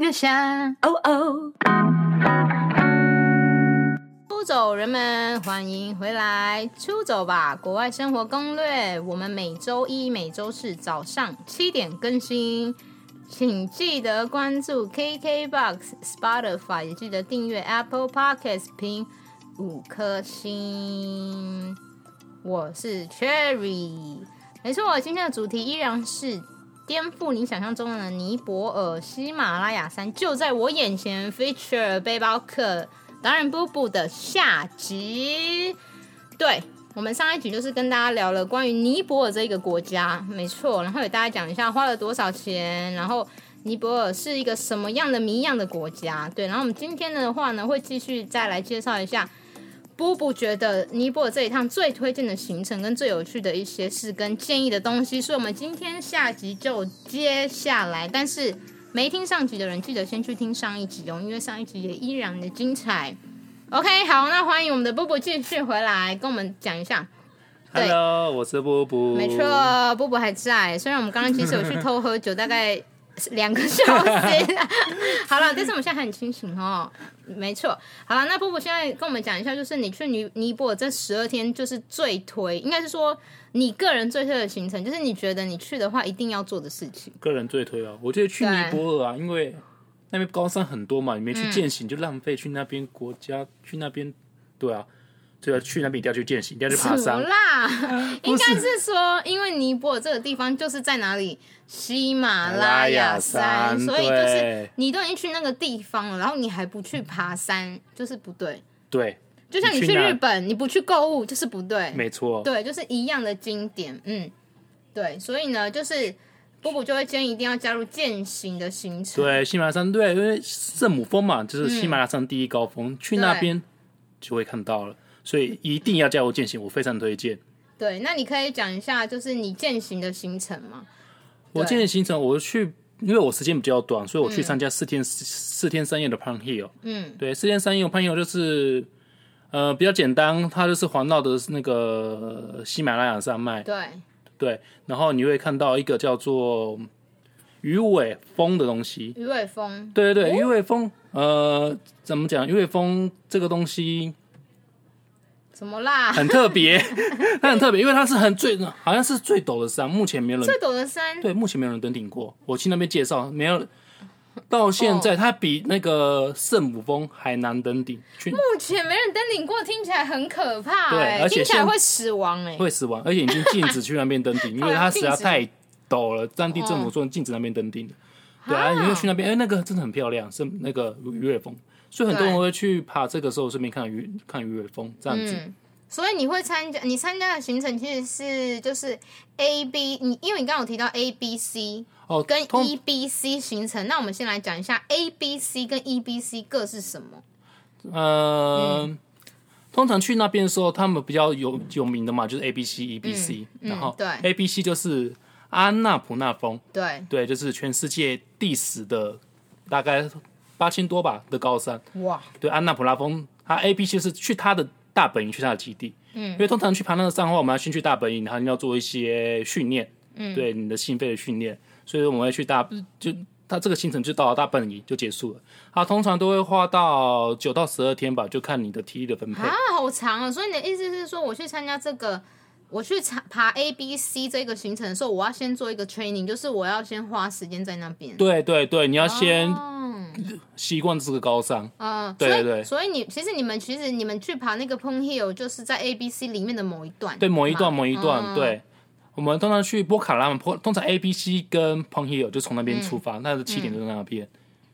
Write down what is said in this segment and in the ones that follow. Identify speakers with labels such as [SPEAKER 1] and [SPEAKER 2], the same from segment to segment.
[SPEAKER 1] 个下，哦哦。出走人们，欢迎回来！出走吧，国外生活攻略。我们每周一、每周四早上七点更新，请记得关注 KKBox、Spotify，也记得订阅 Apple Podcast，评五颗星。我是 Cherry，没错，今天的主题依然是颠覆你想象中的尼泊尔喜马拉雅山，就在我眼前。Feature 背包客，达人布布的下集。对我们上一集就是跟大家聊了关于尼泊尔这一个国家，没错，然后给大家讲一下花了多少钱，然后尼泊尔是一个什么样的谜样的国家。对，然后我们今天的话呢，会继续再来介绍一下。布布觉得尼泊尔这一趟最推荐的行程跟最有趣的一些事跟建议的东西，所以我们今天下集就接下来。但是没听上集的人，记得先去听上一集哦，因为上一集也依然的精彩。OK，好，那欢迎我们的布布继续回来跟我们讲一下。对
[SPEAKER 2] Hello，我是波波。
[SPEAKER 1] 没错，布布还在，虽然我们刚刚其实有去偷喝酒，大概两个小时。好了，但是我们现在还很清醒哦。没错，好了，那布布现在跟我们讲一下，就是你去尼尼泊尔这十二天，就是最推，应该是说你个人最推的行程，就是你觉得你去的话一定要做的事情。
[SPEAKER 2] 个人最推哦，我觉得去尼泊尔啊，因为那边高山很多嘛，你没
[SPEAKER 1] 嗯
[SPEAKER 2] 去践行就浪费，去那边国家，去那边，对啊，对啊，去那边一定要去践行，一定要去爬
[SPEAKER 1] 什么
[SPEAKER 2] 山。
[SPEAKER 1] 啦？应
[SPEAKER 2] 不
[SPEAKER 1] 该
[SPEAKER 2] 是
[SPEAKER 1] 是说，因为尼泊尔这个地方就是在哪里？喜马拉
[SPEAKER 2] 拉
[SPEAKER 1] 雅
[SPEAKER 2] 雅
[SPEAKER 1] 山，
[SPEAKER 2] 山
[SPEAKER 1] 所以就是
[SPEAKER 2] 对
[SPEAKER 1] 你都已经去那个地方了，然后你还不去爬山，就是不对。
[SPEAKER 2] 对，
[SPEAKER 1] 就像你
[SPEAKER 2] 你去
[SPEAKER 1] 去
[SPEAKER 2] 那
[SPEAKER 1] 日本，你不去购物就是不对。
[SPEAKER 2] 没错，
[SPEAKER 1] 对，就是一样的经典，嗯，对，所以呢，就是波波就会建议一定要加入践行的行程，
[SPEAKER 2] 对，喜马拉雅山，对，因为圣母峰嘛，
[SPEAKER 1] 嗯
[SPEAKER 2] 就是喜马拉雅山第一高峰，去那边就会看到了，所以一定要加油践行，我非常推荐。
[SPEAKER 1] 对那你可以讲一下，就是你践行的行程吗？
[SPEAKER 2] 我
[SPEAKER 1] 对
[SPEAKER 2] 今天行程，我去，因为我时间比较短，所以我去参加四天、四四天三夜的 Pan Hill。
[SPEAKER 1] 嗯，
[SPEAKER 2] 对，四天三夜 Pan Hill 就是呃比较简单，它就是环绕的是那个喜马拉雅山脉。
[SPEAKER 1] 对，
[SPEAKER 2] 对，然后你会看到一个叫做鱼尾峰的东西。
[SPEAKER 1] 鱼尾峰，
[SPEAKER 2] 对对对，鱼尾峰，呃，怎么讲？鱼尾峰这个东西
[SPEAKER 1] 怎么啦？
[SPEAKER 2] 很特别， 它很特别，因为它是很最好像是最陡的山，目前没有人
[SPEAKER 1] 最陡的山，
[SPEAKER 2] 对，目前没有人登顶过。我去那边介绍，没有。到现
[SPEAKER 1] 哦
[SPEAKER 2] 在，它比那个圣母峰还难登顶，去
[SPEAKER 1] 目前没人登顶过，听起来很可怕、
[SPEAKER 2] 对
[SPEAKER 1] 哎，
[SPEAKER 2] 而且
[SPEAKER 1] 听起来
[SPEAKER 2] 现
[SPEAKER 1] 会死亡、哎，
[SPEAKER 2] 会死亡，而且已经禁止去那边登顶， 因为它实在太陡了。当地
[SPEAKER 1] 哦
[SPEAKER 2] 政府说禁止那边登顶的，对啊，你会去那边，哎，那个真的很漂亮，是那个鱼尾峰，所以很多人
[SPEAKER 1] 对
[SPEAKER 2] 会去爬这个时候顺便看鱼看鱼尾峰这样子。
[SPEAKER 1] 嗯所以你会参加，你参加的行程其实是就是 A B，你因为你刚刚有提到 A B C，
[SPEAKER 2] 哦，
[SPEAKER 1] 跟
[SPEAKER 2] 通
[SPEAKER 1] E B C 形成。那我们先来讲一下 A B C 跟 E B C 各是什么？
[SPEAKER 2] 呃，通常去那边的时候，他们比较有有名的嘛，就是 A B C E B C，、
[SPEAKER 1] 嗯
[SPEAKER 2] 然后
[SPEAKER 1] 对
[SPEAKER 2] A B C 就是安娜普纳峰，
[SPEAKER 1] 对，
[SPEAKER 2] 对，就是全世界第十的大概八千多吧的高山，
[SPEAKER 1] 哇，
[SPEAKER 2] 对，安娜普拉峰，它 A B C 是去它的大本营，去它的基地，嗯，因为通常去爬那个山的话，我们要先去大本营，然后你要做一些训练，嗯，对你的心肺的训练，所以我们会去大
[SPEAKER 1] 嗯
[SPEAKER 2] 就。它这个行程就到了大本营就结束了，它通常都会花到九到十二天吧，就看你的体力的分配。
[SPEAKER 1] 啊，好长啊！所以你的意思是说，我去参加这个，我去查爬 A B C 这个行程的时候，我要先做一个 training，就是我要先花时间在那边。
[SPEAKER 2] 对对对，
[SPEAKER 1] 哦
[SPEAKER 2] 你要先
[SPEAKER 1] 嗯
[SPEAKER 2] 习惯这个高山。
[SPEAKER 1] 嗯，
[SPEAKER 2] 对
[SPEAKER 1] 所以
[SPEAKER 2] 对对
[SPEAKER 1] 所以你其实你们其实你们去爬那个 Pon Hill，就是在 A B C 里面的某一段，
[SPEAKER 2] 对，某一段
[SPEAKER 1] 嘛
[SPEAKER 2] 某一段，
[SPEAKER 1] 嗯
[SPEAKER 2] 对。我们通常去波卡拉嘛，波通常 A、B、C 跟 Pon Hill 就从那
[SPEAKER 1] 嗯
[SPEAKER 2] 边出发，那起点就在那边。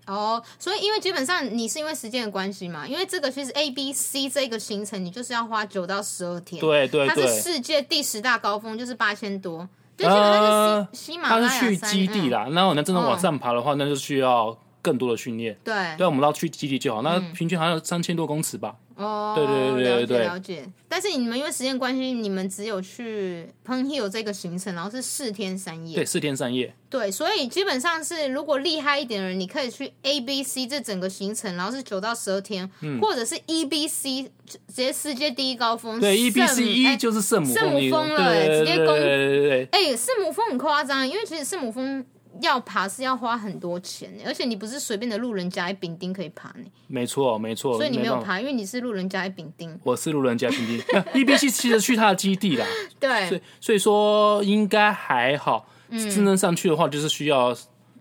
[SPEAKER 1] 哦，所以因为基本上你是因为时间的关系嘛，因为这个其实 A、B、C 这个行程，你就是要花九到十二天。
[SPEAKER 2] 对对
[SPEAKER 1] 它是
[SPEAKER 2] 对，
[SPEAKER 1] 世界第十大高峰，就是八千多，就基本上
[SPEAKER 2] 呃
[SPEAKER 1] 是喜喜马
[SPEAKER 2] 它
[SPEAKER 1] 拉雅
[SPEAKER 2] 是去
[SPEAKER 1] 山。
[SPEAKER 2] 基地
[SPEAKER 1] 嗯
[SPEAKER 2] 啦，然后你真的往上爬的话，那就需要更多的训练。
[SPEAKER 1] 对，
[SPEAKER 2] 对，我们到去基地就好，那
[SPEAKER 1] 嗯
[SPEAKER 2] 平均好像三千多公尺吧。
[SPEAKER 1] 哦，
[SPEAKER 2] 对对对对
[SPEAKER 1] 了解
[SPEAKER 2] 对
[SPEAKER 1] 了解。但是你们因为时间关系，你们只有去 Pon Hill 这个行程，然后是四天三夜。
[SPEAKER 2] 对，四天三夜。
[SPEAKER 1] 对，所以基本上是，如果厉害一点的人，你可以去 A、B、C 这整个行程，然后是九到十二天，
[SPEAKER 2] 嗯
[SPEAKER 1] 或者是 E、B、C 直直接世界第一高峰。
[SPEAKER 2] 对，E、B、C
[SPEAKER 1] 圣
[SPEAKER 2] ，E 一
[SPEAKER 1] 哎
[SPEAKER 2] 就是圣母
[SPEAKER 1] 圣母
[SPEAKER 2] 峰的一种，
[SPEAKER 1] 峰了
[SPEAKER 2] 对对
[SPEAKER 1] 直接
[SPEAKER 2] 对对
[SPEAKER 1] 攻
[SPEAKER 2] 对对对对。
[SPEAKER 1] 哎、圣母峰很夸张，因为其实圣母峰要爬是要花很多钱的，而且你不是随便的路人甲乙丙丁可以爬呢，
[SPEAKER 2] 没错没错，
[SPEAKER 1] 所以你没有
[SPEAKER 2] 办法。
[SPEAKER 1] 爬，因为你是路人甲乙丙丁。
[SPEAKER 2] 我是路人甲平 地，EBC 其实去他的基 地啦，所
[SPEAKER 1] 对
[SPEAKER 2] 以所以说应该还好。
[SPEAKER 1] 嗯
[SPEAKER 2] 真正上去的话，就是需要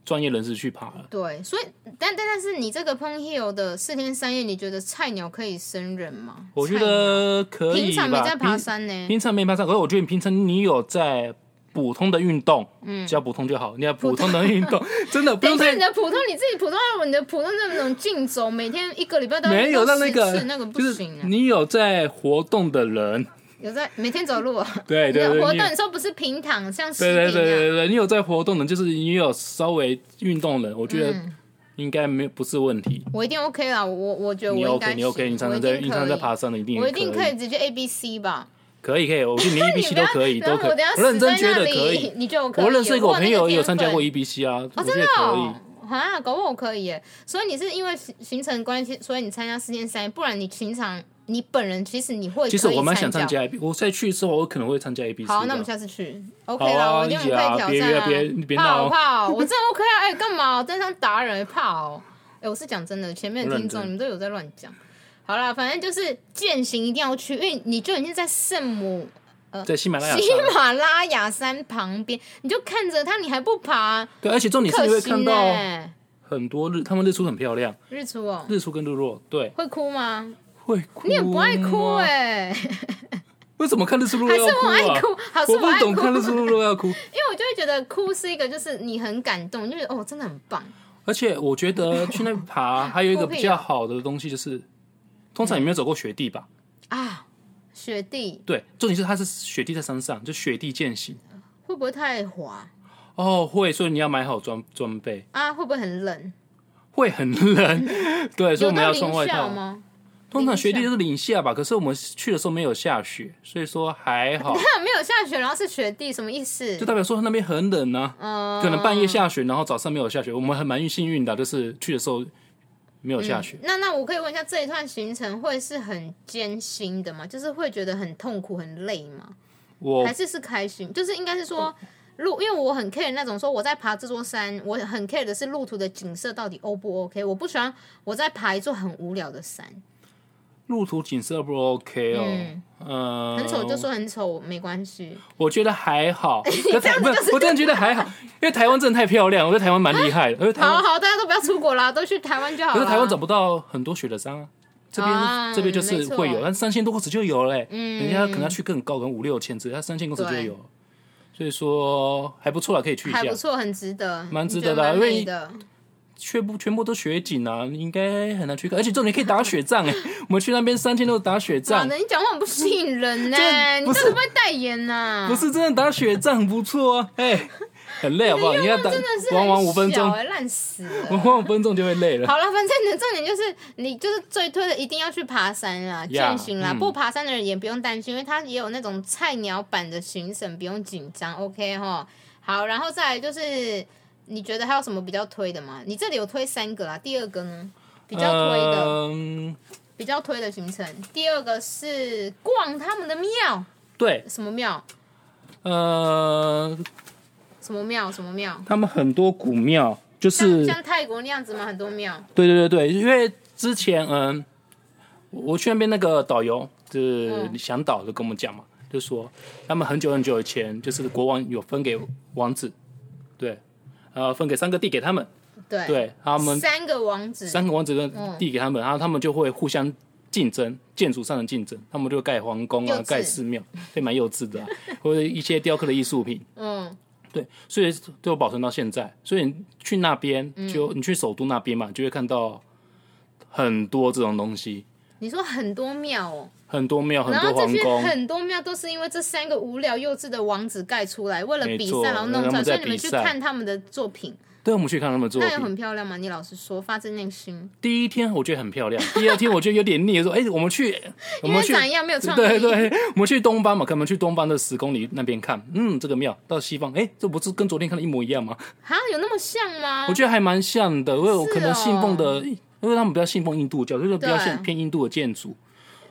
[SPEAKER 2] 专业人士去爬了。
[SPEAKER 1] 对，所以但但但是你这个 p o n Hill 的四天三夜，你觉得菜鸟可以胜任吗？
[SPEAKER 2] 我觉
[SPEAKER 1] 菜
[SPEAKER 2] 得可
[SPEAKER 1] 鸟
[SPEAKER 2] 以
[SPEAKER 1] 平常没
[SPEAKER 2] 吧
[SPEAKER 1] 在。爬
[SPEAKER 2] 平
[SPEAKER 1] 山呢，
[SPEAKER 2] 平常没爬山，可是我觉得你平常你有在普通的运动，嗯，只要普通就好。你要普通的运 动，真的不
[SPEAKER 1] 等
[SPEAKER 2] 用
[SPEAKER 1] 一下，
[SPEAKER 2] 太
[SPEAKER 1] 你的普通你自己普通，你的普通那种竞走，每天一个礼拜都要
[SPEAKER 2] 没有
[SPEAKER 1] 运动
[SPEAKER 2] 让那
[SPEAKER 1] 十
[SPEAKER 2] 个
[SPEAKER 1] 次那个不
[SPEAKER 2] 就是
[SPEAKER 1] 行啊。
[SPEAKER 2] 你有在活动的人，
[SPEAKER 1] 有在每天走路啊？
[SPEAKER 2] 对
[SPEAKER 1] 你
[SPEAKER 2] 对
[SPEAKER 1] 的
[SPEAKER 2] 对，
[SPEAKER 1] 活
[SPEAKER 2] 你
[SPEAKER 1] 动，你说不是平躺，像啊
[SPEAKER 2] 对
[SPEAKER 1] 石
[SPEAKER 2] 对对对
[SPEAKER 1] 顶
[SPEAKER 2] 对对，你有在活动的，就是你有稍微运动的人，我觉得
[SPEAKER 1] 嗯
[SPEAKER 2] 应该没有不是问题。
[SPEAKER 1] 我一定 OK 啦，我我觉得
[SPEAKER 2] 你
[SPEAKER 1] 我应该
[SPEAKER 2] OK，你 OK，
[SPEAKER 1] 行
[SPEAKER 2] 你常
[SPEAKER 1] 我
[SPEAKER 2] 常
[SPEAKER 1] 一
[SPEAKER 2] 在
[SPEAKER 1] 定
[SPEAKER 2] 你常常在
[SPEAKER 1] 可以
[SPEAKER 2] 爬山的，一定也
[SPEAKER 1] 我一定可
[SPEAKER 2] 可
[SPEAKER 1] 以直接 A B C 吧。
[SPEAKER 2] 可以可以，我觉 得你
[SPEAKER 1] 你
[SPEAKER 2] EBC 都可以，
[SPEAKER 1] 不要
[SPEAKER 2] 都可以
[SPEAKER 1] 然后。我
[SPEAKER 2] 我认
[SPEAKER 1] 等下死在
[SPEAKER 2] 真觉
[SPEAKER 1] 那
[SPEAKER 2] 得
[SPEAKER 1] 里
[SPEAKER 2] 可以。
[SPEAKER 1] 你就可以。
[SPEAKER 2] 我认识一个
[SPEAKER 1] 我
[SPEAKER 2] 朋友也有参加过
[SPEAKER 1] 一，
[SPEAKER 2] EBC 啊，我觉
[SPEAKER 1] 真的
[SPEAKER 2] 得可以
[SPEAKER 1] 哦。啊，搞不好我可以耶。所以你是因为行行程关系，所以你参加四天三夜，不然你平常你本人其实你会
[SPEAKER 2] 其实
[SPEAKER 1] 可以
[SPEAKER 2] 我蛮想
[SPEAKER 1] 参
[SPEAKER 2] 参加，我再去之后我可能会参加 ABC 的。
[SPEAKER 1] 好，那我们下次去，OK
[SPEAKER 2] 好啊
[SPEAKER 1] 啦，我一定
[SPEAKER 2] 一
[SPEAKER 1] 可
[SPEAKER 2] 起
[SPEAKER 1] 以
[SPEAKER 2] 啊
[SPEAKER 1] 挑
[SPEAKER 2] 别
[SPEAKER 1] 战
[SPEAKER 2] 别别别
[SPEAKER 1] 怕
[SPEAKER 2] 闹
[SPEAKER 1] 哦
[SPEAKER 2] 哦
[SPEAKER 1] 怕哦，我真的 OK 啊，哎，干嘛？登山达人怕哦，哎，我是讲真的，前面的
[SPEAKER 2] 我认
[SPEAKER 1] 听众
[SPEAKER 2] 真
[SPEAKER 1] 你们都有在乱讲。好啦，反正就是践行一定要去，因为你就已经在圣母
[SPEAKER 2] 在喜马拉 雅
[SPEAKER 1] 喜
[SPEAKER 2] 山，
[SPEAKER 1] 马拉雅山旁边，你就看着它，你还不爬，
[SPEAKER 2] 对，而且重点是
[SPEAKER 1] 可
[SPEAKER 2] 你会
[SPEAKER 1] 惜
[SPEAKER 2] 看
[SPEAKER 1] 呢、
[SPEAKER 2] 到很多日，他们日出很漂亮，
[SPEAKER 1] 日出哦，
[SPEAKER 2] 日出跟日落，对，
[SPEAKER 1] 会哭吗？
[SPEAKER 2] 会哭。啊
[SPEAKER 1] 你也不爱哭？哎、
[SPEAKER 2] 为什么看日出日落
[SPEAKER 1] 还是
[SPEAKER 2] 要哭
[SPEAKER 1] 我爱
[SPEAKER 2] 啊？
[SPEAKER 1] 哭，好是
[SPEAKER 2] 我
[SPEAKER 1] 我爱
[SPEAKER 2] 不懂
[SPEAKER 1] 哭，
[SPEAKER 2] 看日出日落要哭，
[SPEAKER 1] 因为我就会觉得哭是一个，就是你很感动，你就觉得哦，真的很棒。
[SPEAKER 2] 而且我 觉得去那边爬还有一个比较好的东西就是，通常你没有走过雪地吧？
[SPEAKER 1] 啊，雪地
[SPEAKER 2] 对，重点是它是雪地在山上，就雪地践行。
[SPEAKER 1] 会不会太滑
[SPEAKER 2] 哦，会，所以你要买好装装备，
[SPEAKER 1] 啊？会不会很冷？
[SPEAKER 2] 会很冷， 对，所
[SPEAKER 1] 有
[SPEAKER 2] 以我
[SPEAKER 1] 到
[SPEAKER 2] 们要穿
[SPEAKER 1] 零
[SPEAKER 2] 外
[SPEAKER 1] 下
[SPEAKER 2] 套。啊
[SPEAKER 1] 吗？
[SPEAKER 2] 通常雪地都是零下吧，可是我们去的时候没有下雪，所以说 还好，
[SPEAKER 1] 那没有下雪，然后是雪地，什么意思
[SPEAKER 2] 就？代表说那边很冷啊。
[SPEAKER 1] 嗯，
[SPEAKER 2] 可能半夜下雪，然后早上没有下雪，我们还蛮幸运的，就是去的时候没有下雪。
[SPEAKER 1] 那那我可以问一下，这一段行程会是很艰辛的吗？就是会觉得很痛苦、很累吗？
[SPEAKER 2] 我
[SPEAKER 1] 还是是开心？就是应该是说。路，因为我很 care 那种说我在爬这座山，我很 care 的是路途的景色到底 O 不 OK。我不喜欢我在爬一座很无聊的山，
[SPEAKER 2] 路途景色不 OK 哦，嗯，
[SPEAKER 1] 很丑
[SPEAKER 2] 哦
[SPEAKER 1] 就说很丑没关系。
[SPEAKER 2] 我觉得 还好，可台不是，我真的觉得还好，因为台湾真的太漂亮，我觉得台湾蛮厉害的，而且台
[SPEAKER 1] 好
[SPEAKER 2] 湾
[SPEAKER 1] 好，大家都不要出国啦，都去台湾就好
[SPEAKER 2] 哦可
[SPEAKER 1] 了。
[SPEAKER 2] 是台湾找不到很多雪的山啊。这边、
[SPEAKER 1] 啊
[SPEAKER 2] 这边就
[SPEAKER 1] 没
[SPEAKER 2] 是
[SPEAKER 1] 错
[SPEAKER 2] 会有，但三千多公尺就有了、欸，嗯，人家可能要去更高，可能五六千只，他三千公尺就
[SPEAKER 1] 对
[SPEAKER 2] 有，所以说还不错啦，可以去一下
[SPEAKER 1] 还。不错，很值得，
[SPEAKER 2] 蛮值
[SPEAKER 1] 你觉
[SPEAKER 2] 得
[SPEAKER 1] 得
[SPEAKER 2] 的啊
[SPEAKER 1] 蛮美
[SPEAKER 2] 因为
[SPEAKER 1] 的。
[SPEAKER 2] 全部全部都雪景啊，你应该很难去看，而且重点可以打雪 仗哎、我们去那边三千多打雪
[SPEAKER 1] 长
[SPEAKER 2] 仗，
[SPEAKER 1] 得你讲话很不吸引人呢、
[SPEAKER 2] 这
[SPEAKER 1] 你
[SPEAKER 2] 不
[SPEAKER 1] 这
[SPEAKER 2] 是
[SPEAKER 1] 个会不会代言啊呐、
[SPEAKER 2] 不是真的打雪仗很不错啊，哎、 很累好不好？你要打
[SPEAKER 1] 真的是
[SPEAKER 2] 玩完五分钟，
[SPEAKER 1] 哎，烂死了。
[SPEAKER 2] 玩完五分钟就会累了。
[SPEAKER 1] 好了，反正你的重点就是，你就是最推的一定要去爬山啦、
[SPEAKER 2] Yeah，
[SPEAKER 1] 践行啦。
[SPEAKER 2] 嗯
[SPEAKER 1] 不爬山的人也不用担心，因为他也有那种菜鸟版的行程，不用紧张。OK 哈，好，然后再来就是，你觉得还有什么比较推的吗？你这里有推三个啦，第二个呢，比较推的，
[SPEAKER 2] 嗯，
[SPEAKER 1] 比较推的行程。第二个是逛他们的庙，
[SPEAKER 2] 对，
[SPEAKER 1] 什么庙？
[SPEAKER 2] 呃，
[SPEAKER 1] 什么庙？什么庙？
[SPEAKER 2] 他们很多古庙就是
[SPEAKER 1] 像像泰国那样子吗？很多庙。
[SPEAKER 2] 对对对对，因为之前嗯，我去那边那个导游就是向导就跟我们讲嘛，就说他们很久很久以前就是国王有分给王子，对，呃，分给三个地给他们，
[SPEAKER 1] 对，
[SPEAKER 2] 对他们
[SPEAKER 1] 三个王子，
[SPEAKER 2] 三个王子的
[SPEAKER 1] 嗯
[SPEAKER 2] 地给他们，然后他们就会互相竞争，建筑上的竞争，他们就盖皇宫
[SPEAKER 1] 幼
[SPEAKER 2] 啊
[SPEAKER 1] 稚，
[SPEAKER 2] 盖 寺庙，对，蛮幼稚的、啊，或者一些雕刻的艺术品。
[SPEAKER 1] 嗯，
[SPEAKER 2] 对，所以都保存到现在。所以你去那边，
[SPEAKER 1] 嗯
[SPEAKER 2] 就你去首都那边嘛，就会看到很多这种东西，
[SPEAKER 1] 你说很多庙哦，
[SPEAKER 2] 很多庙，很
[SPEAKER 1] 然
[SPEAKER 2] 多
[SPEAKER 1] 后这
[SPEAKER 2] 皇
[SPEAKER 1] 些
[SPEAKER 2] 宫。
[SPEAKER 1] 很多庙都是因为这三个无聊幼稚的王子盖出来，为了
[SPEAKER 2] 没
[SPEAKER 1] 比
[SPEAKER 2] 错
[SPEAKER 1] 赛然后弄出
[SPEAKER 2] 他
[SPEAKER 1] 来，
[SPEAKER 2] 们
[SPEAKER 1] 所
[SPEAKER 2] 在
[SPEAKER 1] 以你们
[SPEAKER 2] 比
[SPEAKER 1] 去
[SPEAKER 2] 赛
[SPEAKER 1] 看他们的作品，
[SPEAKER 2] 对，我们去看他们作
[SPEAKER 1] 那有
[SPEAKER 2] 品。
[SPEAKER 1] 很漂亮吗？你老实说，发自内心，
[SPEAKER 2] 第一天我觉得很漂亮，第二天我觉得有点腻，说：“哎，我 们去，我
[SPEAKER 1] 因为
[SPEAKER 2] 们去，
[SPEAKER 1] 长一样没有创意，
[SPEAKER 2] 对对，我们去东方嘛，可能去东方的十公里那边看，嗯，这个庙到西方，哎，这不是跟昨天看的一模一样吗？
[SPEAKER 1] 哈，有那么像吗
[SPEAKER 2] 我？觉得还蛮像的，因为我可能
[SPEAKER 1] 是哦
[SPEAKER 2] 信奉的，因为他们比较信奉印度教，就是比较
[SPEAKER 1] 对嗯
[SPEAKER 2] 像偏印度的建筑，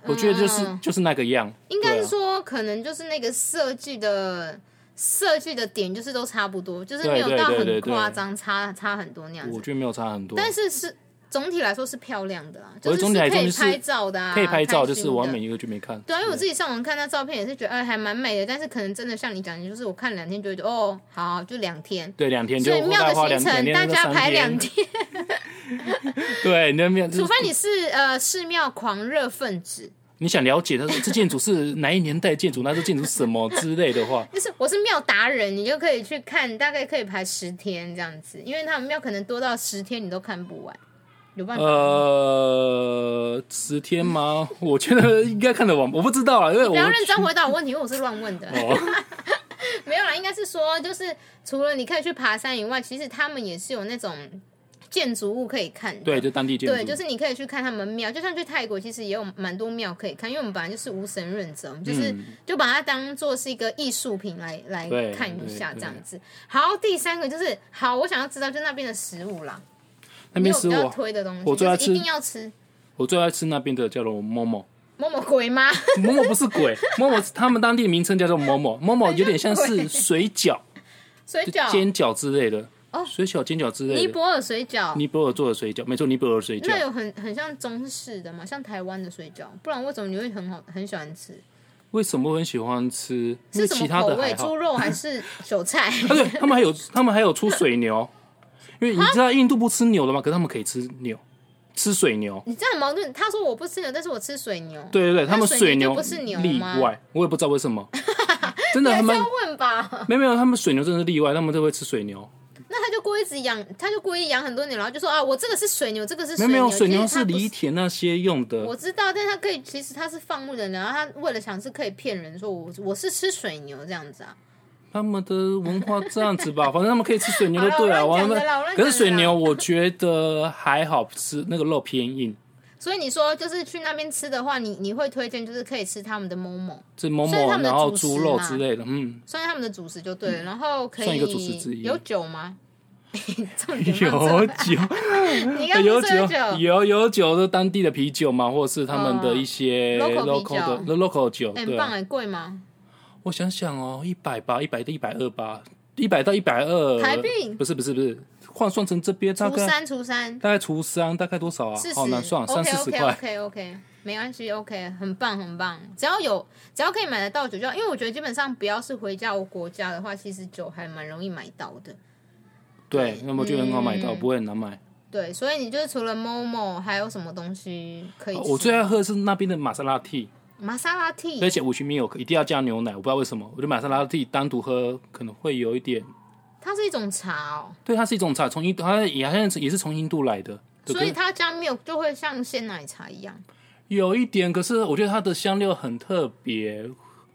[SPEAKER 2] 我觉得就是就是那个样，
[SPEAKER 1] 应该
[SPEAKER 2] 对啊
[SPEAKER 1] 是说，可能就是那个设计的设计的点就是都差不多，就是没有到
[SPEAKER 2] 对对对
[SPEAKER 1] 很
[SPEAKER 2] 对
[SPEAKER 1] 夸张，差差很多那样
[SPEAKER 2] 我
[SPEAKER 1] 子。
[SPEAKER 2] 觉得没有差很多。
[SPEAKER 1] 但是是总体来说是漂亮的啦，啊就
[SPEAKER 2] 我觉得
[SPEAKER 1] 是
[SPEAKER 2] 总体来
[SPEAKER 1] 可
[SPEAKER 2] 说
[SPEAKER 1] 以
[SPEAKER 2] 就是
[SPEAKER 1] 拍照的啊，
[SPEAKER 2] 可以拍照，就是
[SPEAKER 1] 开心
[SPEAKER 2] 完
[SPEAKER 1] 的
[SPEAKER 2] 美一个就没看。
[SPEAKER 1] 对啊，因为我自己上网看那照片也是觉得，哎，还蛮美的。但是可能真的像你讲的，就是我看两天就会觉得，哦，好，就两天。
[SPEAKER 2] 对两天就
[SPEAKER 1] 所以
[SPEAKER 2] 大
[SPEAKER 1] 庙
[SPEAKER 2] 概
[SPEAKER 1] 的
[SPEAKER 2] 花两
[SPEAKER 1] 行
[SPEAKER 2] 两
[SPEAKER 1] 程
[SPEAKER 2] 天
[SPEAKER 1] 大
[SPEAKER 2] 到
[SPEAKER 1] 家
[SPEAKER 2] 三
[SPEAKER 1] 排两
[SPEAKER 2] 天，
[SPEAKER 1] 天，
[SPEAKER 2] 对，你的庙就
[SPEAKER 1] 除
[SPEAKER 2] 是
[SPEAKER 1] 非你是呃寺庙狂热分子，
[SPEAKER 2] 你想了解它是这建筑是哪一年代建筑，那这建筑是什么之类的话，
[SPEAKER 1] 就是我是庙达人，你就可以去看，大概可以排十天这样子，因为他们庙可能多到十天你都看不完，有办法吗？
[SPEAKER 2] 呃，十天吗？我觉得应该看得完，我不知道啊，因为我
[SPEAKER 1] 不要认真回答我问题，因为我是乱问的。
[SPEAKER 2] 哦，
[SPEAKER 1] 没有啦，应该是说，就是除了你可以去爬山以外，其实他们也是有那种建筑物可以看的。
[SPEAKER 2] 对，就当地建筑，
[SPEAKER 1] 对，就是你可以去看他们庙，就像去泰国，其实也有蛮多庙可以看，因为我们本来就是无神论者，我们就是、就把它当做是一个艺术品来来
[SPEAKER 2] 嗯对
[SPEAKER 1] 看一下
[SPEAKER 2] 对
[SPEAKER 1] 这样子。好，第三个就是好，我想要知道就那边的食物啦，
[SPEAKER 2] 那边
[SPEAKER 1] 你
[SPEAKER 2] 食
[SPEAKER 1] 有比较
[SPEAKER 2] 物，啊
[SPEAKER 1] 推的东西，
[SPEAKER 2] 我最爱
[SPEAKER 1] 就是一
[SPEAKER 2] 吃
[SPEAKER 1] 定要吃。
[SPEAKER 2] 我最爱吃那边的叫做某某。
[SPEAKER 1] 某某鬼吗？
[SPEAKER 2] 某某不是鬼， 某某是他们当地的名称叫做某某，某某有点像是水饺、
[SPEAKER 1] 水
[SPEAKER 2] 就
[SPEAKER 1] 饺，
[SPEAKER 2] 煎饺之类的。哦，水饺、煎饺之类
[SPEAKER 1] 尼
[SPEAKER 2] 的。
[SPEAKER 1] 泊尔水饺，
[SPEAKER 2] 尼泊尔做的水饺，没错，尼泊尔水
[SPEAKER 1] 那
[SPEAKER 2] 饺。
[SPEAKER 1] 有很很像中式的嘛，像台湾的水饺，不然为什么你会很好很喜欢吃？
[SPEAKER 2] 为什么我很喜欢吃？因
[SPEAKER 1] 是
[SPEAKER 2] 为
[SPEAKER 1] 什
[SPEAKER 2] 其
[SPEAKER 1] 么
[SPEAKER 2] 他
[SPEAKER 1] 口
[SPEAKER 2] 的
[SPEAKER 1] 味
[SPEAKER 2] 还？
[SPEAKER 1] 猪
[SPEAKER 2] 好。
[SPEAKER 1] 肉还是韭 菜？
[SPEAKER 2] 啊，对，他们还有他们还有出水牛，因为你知道印度不吃牛的吗？可是他们可以吃牛，吃水牛。
[SPEAKER 1] 你这样很矛盾。他说我不吃牛，但是我吃水牛。
[SPEAKER 2] 对对对，他们
[SPEAKER 1] 水牛
[SPEAKER 2] 牛
[SPEAKER 1] 就不是牛
[SPEAKER 2] 例
[SPEAKER 1] 吗
[SPEAKER 2] 外，我也不知道为什么。 真的，他
[SPEAKER 1] 还是
[SPEAKER 2] 们
[SPEAKER 1] 要问吧？
[SPEAKER 2] 没有没有，他们水牛真的是例外，他们都会吃水牛。
[SPEAKER 1] 那他就故意一直养，他就故意养很多牛，然后就说啊，我这个是水牛，这个是
[SPEAKER 2] 没
[SPEAKER 1] 水
[SPEAKER 2] 有
[SPEAKER 1] 牛。
[SPEAKER 2] 没有，水牛
[SPEAKER 1] 其实
[SPEAKER 2] 是
[SPEAKER 1] 它不
[SPEAKER 2] 犁田那些用的。
[SPEAKER 1] 我知道，但他可以，其实他是放牧的，然后他为了想是可以骗人，说我我是吃水牛这样子啊。
[SPEAKER 2] 他们的文化这样子吧，反正他们可以吃水牛就对了。
[SPEAKER 1] 好啦我乱讲
[SPEAKER 2] 我
[SPEAKER 1] 的
[SPEAKER 2] 们
[SPEAKER 1] 啦我乱讲的啦
[SPEAKER 2] 可是水牛，我觉得还好吃，那个肉偏硬。
[SPEAKER 1] 所以你说就是去那边吃的话，你你会推荐就是可以吃他们的某某，
[SPEAKER 2] 这某
[SPEAKER 1] 所以
[SPEAKER 2] 某
[SPEAKER 1] 他，们的
[SPEAKER 2] 然后
[SPEAKER 1] 主食
[SPEAKER 2] 猪肉
[SPEAKER 1] 嘛
[SPEAKER 2] 之类的，嗯，
[SPEAKER 1] 算是他们的主食就对了。然后可以
[SPEAKER 2] 算一个主食之一
[SPEAKER 1] 有酒吗？ 重点放这
[SPEAKER 2] 有酒，
[SPEAKER 1] 你刚
[SPEAKER 2] 有
[SPEAKER 1] 刚说
[SPEAKER 2] 酒，
[SPEAKER 1] 酒，
[SPEAKER 2] 有有酒的当地的啤酒嘛，或者是他们的一些
[SPEAKER 1] 嗯 local 啤
[SPEAKER 2] local 的 local 酒，
[SPEAKER 1] 哎
[SPEAKER 2] 对啊
[SPEAKER 1] 很。棒哎，贵吗？
[SPEAKER 2] 我想想哦，一百吧，一百到一百二吧，一百到一百二，
[SPEAKER 1] 台币
[SPEAKER 2] 不是不是不是，换算成这边大
[SPEAKER 1] 除
[SPEAKER 2] 概
[SPEAKER 1] 三除三，
[SPEAKER 2] 大概除三大概多少啊
[SPEAKER 1] 四？十
[SPEAKER 2] 好难算，三四十块。
[SPEAKER 1] OK OK OK，没关系，OK，很棒很棒。只要有只要可以买得到酒就好，因为我觉得基本上不要是回家国家的话，其实酒还蛮容易买到的。
[SPEAKER 2] 对，那么就很好买
[SPEAKER 1] 嗯
[SPEAKER 2] 到，不会很难买。
[SPEAKER 1] 对，所以你就是除了 Momo 还有什么东西可以吃？
[SPEAKER 2] 啊我最爱喝的是那边的玛莎拉蒂，
[SPEAKER 1] 玛莎拉蒂
[SPEAKER 2] 而，且五 i milk 一定要加牛奶，我不知道为什么，我觉得玛莎拉蒂单独喝可能会有一点，
[SPEAKER 1] 它是一种茶哦，
[SPEAKER 2] 对，它是一种茶，从印度，它也好像也是从印度来的，对
[SPEAKER 1] 所以
[SPEAKER 2] 可
[SPEAKER 1] 它加 milk 就会像鲜奶茶一样。
[SPEAKER 2] 是有一点，可是我觉得它的香料很特别。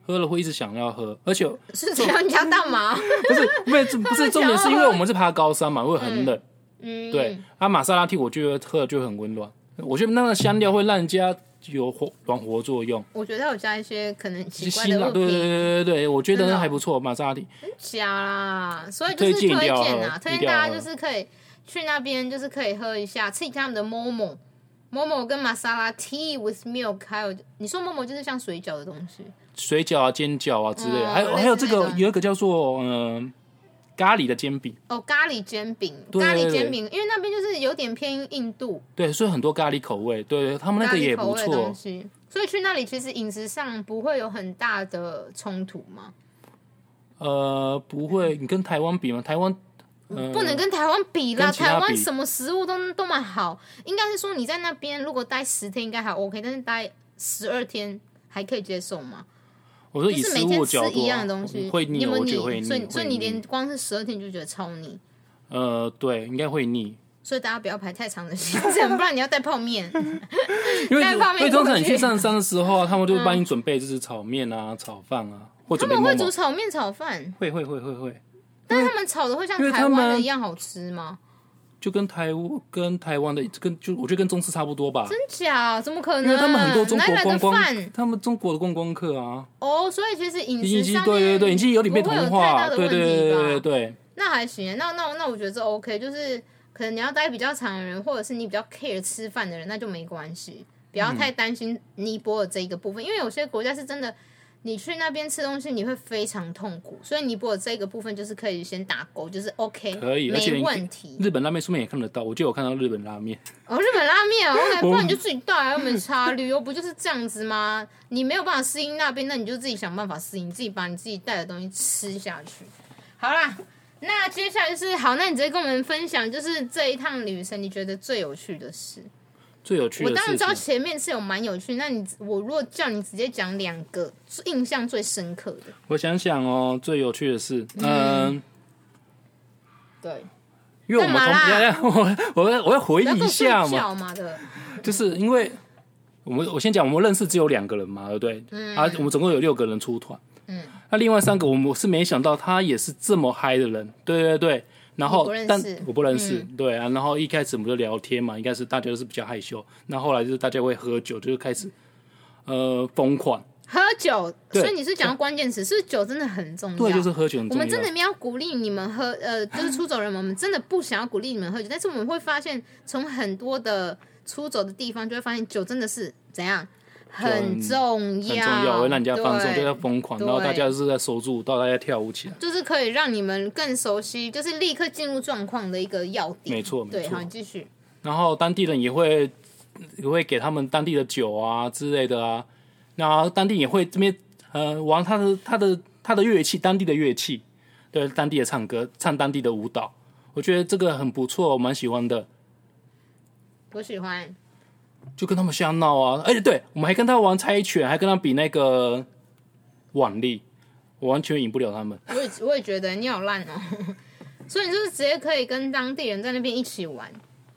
[SPEAKER 2] 喝了会一直想要喝，而且
[SPEAKER 1] 是这样加大麻？
[SPEAKER 2] 不是不是 不是重点，是因为我们是爬高山嘛，会很冷。
[SPEAKER 1] 嗯，
[SPEAKER 2] 对，啊，玛莎拉蒂我觉得喝了就很温暖，我觉得那个香料会让人家有活暖和作用。
[SPEAKER 1] 我觉得它有加一些可能奇
[SPEAKER 2] 就
[SPEAKER 1] 怪
[SPEAKER 2] 辛
[SPEAKER 1] 的
[SPEAKER 2] 辣，
[SPEAKER 1] 物
[SPEAKER 2] 对对
[SPEAKER 1] 品
[SPEAKER 2] 对对对，我觉
[SPEAKER 1] 真
[SPEAKER 2] 得
[SPEAKER 1] 的
[SPEAKER 2] 那
[SPEAKER 1] 哦
[SPEAKER 2] 还不错，玛莎拉蒂。
[SPEAKER 1] 加啦，所以就是
[SPEAKER 2] 推
[SPEAKER 1] 推
[SPEAKER 2] 荐一定要
[SPEAKER 1] 荐啊，
[SPEAKER 2] 喝
[SPEAKER 1] 推
[SPEAKER 2] 一
[SPEAKER 1] 荐
[SPEAKER 2] 定
[SPEAKER 1] 大
[SPEAKER 2] 要
[SPEAKER 1] 家
[SPEAKER 2] 喝
[SPEAKER 1] 就是可以去那边，就是可以喝一下，吃一下他们的 momo。momo 跟玛莎拉 tea with milk，还有你说 momo 就是像水饺的东西，
[SPEAKER 2] 水饺啊、煎饺啊之类的，
[SPEAKER 1] 嗯
[SPEAKER 2] 还
[SPEAKER 1] 类
[SPEAKER 2] 有
[SPEAKER 1] 似
[SPEAKER 2] 还有这
[SPEAKER 1] 那
[SPEAKER 2] 个
[SPEAKER 1] 种
[SPEAKER 2] 有一个叫做嗯、咖喱的煎饼，
[SPEAKER 1] 哦，咖喱煎饼，
[SPEAKER 2] 对
[SPEAKER 1] 咖喱
[SPEAKER 2] 对
[SPEAKER 1] 煎饼，因为那边就是有点偏印度，
[SPEAKER 2] 对，所以很多咖喱口味，对他们那
[SPEAKER 1] 咖
[SPEAKER 2] 个
[SPEAKER 1] 喱
[SPEAKER 2] 也
[SPEAKER 1] 口
[SPEAKER 2] 不
[SPEAKER 1] 味的东
[SPEAKER 2] 错。
[SPEAKER 1] 西，所以去那里其实饮食上不会有很大的冲突嘛，
[SPEAKER 2] 呃，不会，你跟台湾比吗？台湾
[SPEAKER 1] 不能跟台湾比啦，
[SPEAKER 2] 跟其他
[SPEAKER 1] 台湾
[SPEAKER 2] 比
[SPEAKER 1] 什么食物都都蛮好。应该是说你在那边如果待十天应该还 OK，但是待十二天还可以接受吗？
[SPEAKER 2] 我说
[SPEAKER 1] 就
[SPEAKER 2] 以
[SPEAKER 1] 是
[SPEAKER 2] 食
[SPEAKER 1] 每
[SPEAKER 2] 物
[SPEAKER 1] 天吃
[SPEAKER 2] 角
[SPEAKER 1] 一
[SPEAKER 2] 度、
[SPEAKER 1] 样
[SPEAKER 2] 啊
[SPEAKER 1] 的东西，，
[SPEAKER 2] 会
[SPEAKER 1] 你
[SPEAKER 2] 腻，
[SPEAKER 1] 有没有
[SPEAKER 2] 我
[SPEAKER 1] 腻
[SPEAKER 2] 觉得会腻，
[SPEAKER 1] 所以所以
[SPEAKER 2] 会
[SPEAKER 1] 你
[SPEAKER 2] 腻
[SPEAKER 1] 连光是十二天就觉得超腻，
[SPEAKER 2] 呃，对，应该会腻，
[SPEAKER 1] 所以大家不要排太长的行程，不然你要带泡面。
[SPEAKER 2] 因为
[SPEAKER 1] 带泡面
[SPEAKER 2] 因为通常
[SPEAKER 1] 过去
[SPEAKER 2] 你
[SPEAKER 1] 嗯
[SPEAKER 2] 去上山的时候啊，他们就会帮你准备就是炒面啊、炒饭啊，或者
[SPEAKER 1] 他们会煮炒面炒饭，
[SPEAKER 2] 会会会会会，
[SPEAKER 1] 但是他们炒的会像
[SPEAKER 2] 因为
[SPEAKER 1] 台
[SPEAKER 2] 他
[SPEAKER 1] 湾
[SPEAKER 2] 们
[SPEAKER 1] 的一样好吃吗？
[SPEAKER 2] 就跟台跟台湾的跟就我觉得跟中式差不多吧，
[SPEAKER 1] 真假？怎么可能？
[SPEAKER 2] 因为他们很多中
[SPEAKER 1] 哪里
[SPEAKER 2] 国
[SPEAKER 1] 来
[SPEAKER 2] 观
[SPEAKER 1] 的
[SPEAKER 2] 光
[SPEAKER 1] 饭，
[SPEAKER 2] 他们中国的观光客啊，
[SPEAKER 1] 哦，所以其实饮
[SPEAKER 2] 已
[SPEAKER 1] 食
[SPEAKER 2] 经
[SPEAKER 1] 上面
[SPEAKER 2] 对对对，已经有点被
[SPEAKER 1] 不会
[SPEAKER 2] 同
[SPEAKER 1] 有太
[SPEAKER 2] 化，
[SPEAKER 1] 大的
[SPEAKER 2] 对
[SPEAKER 1] 问
[SPEAKER 2] 对
[SPEAKER 1] 题
[SPEAKER 2] 对
[SPEAKER 1] 吧
[SPEAKER 2] 对对
[SPEAKER 1] 那还行，啊那那那我觉得这 OK，就是可能你要待比较长的人，或者是你比较 care 吃饭
[SPEAKER 2] 嗯
[SPEAKER 1] 的人，那就没关系，不要太担心尼泊尔这一个部分，因为有些国家是真的你去那边吃东西，你会非常痛苦，所以尼泊尔这个部分就是可以先打勾，就是 OK，
[SPEAKER 2] 可以而且
[SPEAKER 1] 没
[SPEAKER 2] 你
[SPEAKER 1] 问题。
[SPEAKER 2] 日本拉面顺便也看得到，我记得我看到日本拉面，
[SPEAKER 1] 哦，日本拉 面啊，OK，不然你就自己带啊，又没差。旅游不就是这样子吗？你没有办法适应那边，那你就自己想办法适应，自己把你自己带的东西吃下去。好啦，那接下来就是好，那你直接跟我们分享，就是这一趟旅程你觉得最有趣的事。
[SPEAKER 2] 最有趣
[SPEAKER 1] 我
[SPEAKER 2] 的
[SPEAKER 1] 当然
[SPEAKER 2] 事
[SPEAKER 1] 知道
[SPEAKER 2] 情。
[SPEAKER 1] 前面是有蛮有趣，那你我如果叫你直接讲两个印象最深刻的，
[SPEAKER 2] 我想想哦，最有趣的是，嗯，
[SPEAKER 1] 对，
[SPEAKER 2] 因为我
[SPEAKER 1] 干
[SPEAKER 2] 们从
[SPEAKER 1] 嘛啦
[SPEAKER 2] 等一下 我我要我要回
[SPEAKER 1] 不要
[SPEAKER 2] 忆一
[SPEAKER 1] 跟我睡
[SPEAKER 2] 下嘛，
[SPEAKER 1] 觉嘛，对不对，
[SPEAKER 2] 就是因为我们我先讲，我们认识只有两个人嘛，对不对？
[SPEAKER 1] 嗯
[SPEAKER 2] 啊，我们总共有六个人出团，嗯，那另外三个我们我是没想到他也是这么嗨的人，对对对。然
[SPEAKER 1] 你
[SPEAKER 2] 后
[SPEAKER 1] 不认，识嗯
[SPEAKER 2] 但我不认识，对啊。然后一开始我们就聊天嘛，应该是大家都是比较害羞。那后来就是大家会喝酒，就是开始呃疯狂，
[SPEAKER 1] 喝酒，
[SPEAKER 2] 对
[SPEAKER 1] 所以你是讲到关键词，是不是酒真的很重要，
[SPEAKER 2] 对，就是喝酒很
[SPEAKER 1] 啊我
[SPEAKER 2] 重要。
[SPEAKER 1] 们真的没有鼓励你们喝，呃， 就是出走人们，我们真的不想要鼓励你们喝酒，但是我们会发现，从很多的出走的地方，就会发现酒真的是怎样很重
[SPEAKER 2] 很
[SPEAKER 1] 要，
[SPEAKER 2] 重要，会让人家放松，啊
[SPEAKER 1] 对
[SPEAKER 2] 就在疯狂，然后大家就是在守住，到大家跳舞起来。
[SPEAKER 1] 就是可以让你们更熟悉，就是立刻进入状况的一个要点。
[SPEAKER 2] 没错，没
[SPEAKER 1] 对，
[SPEAKER 2] 错
[SPEAKER 1] 好，。你继续。
[SPEAKER 2] 然后当地人也会也会给他们当地的酒啊之类的啊，那当地也会这边呃玩他的他的他的乐器，当地的乐器，对，当地的唱歌，唱当地的舞蹈，我觉得这个很不错，我蛮喜欢的，
[SPEAKER 1] 我喜欢，
[SPEAKER 2] 就跟他们瞎闹啊，而且对我们还跟他玩猜拳，还跟他比那个腕力，我完全赢不了他们。
[SPEAKER 1] 我也我也觉得你好烂哦， 所以你就是直接可以跟当地人在那边一起玩。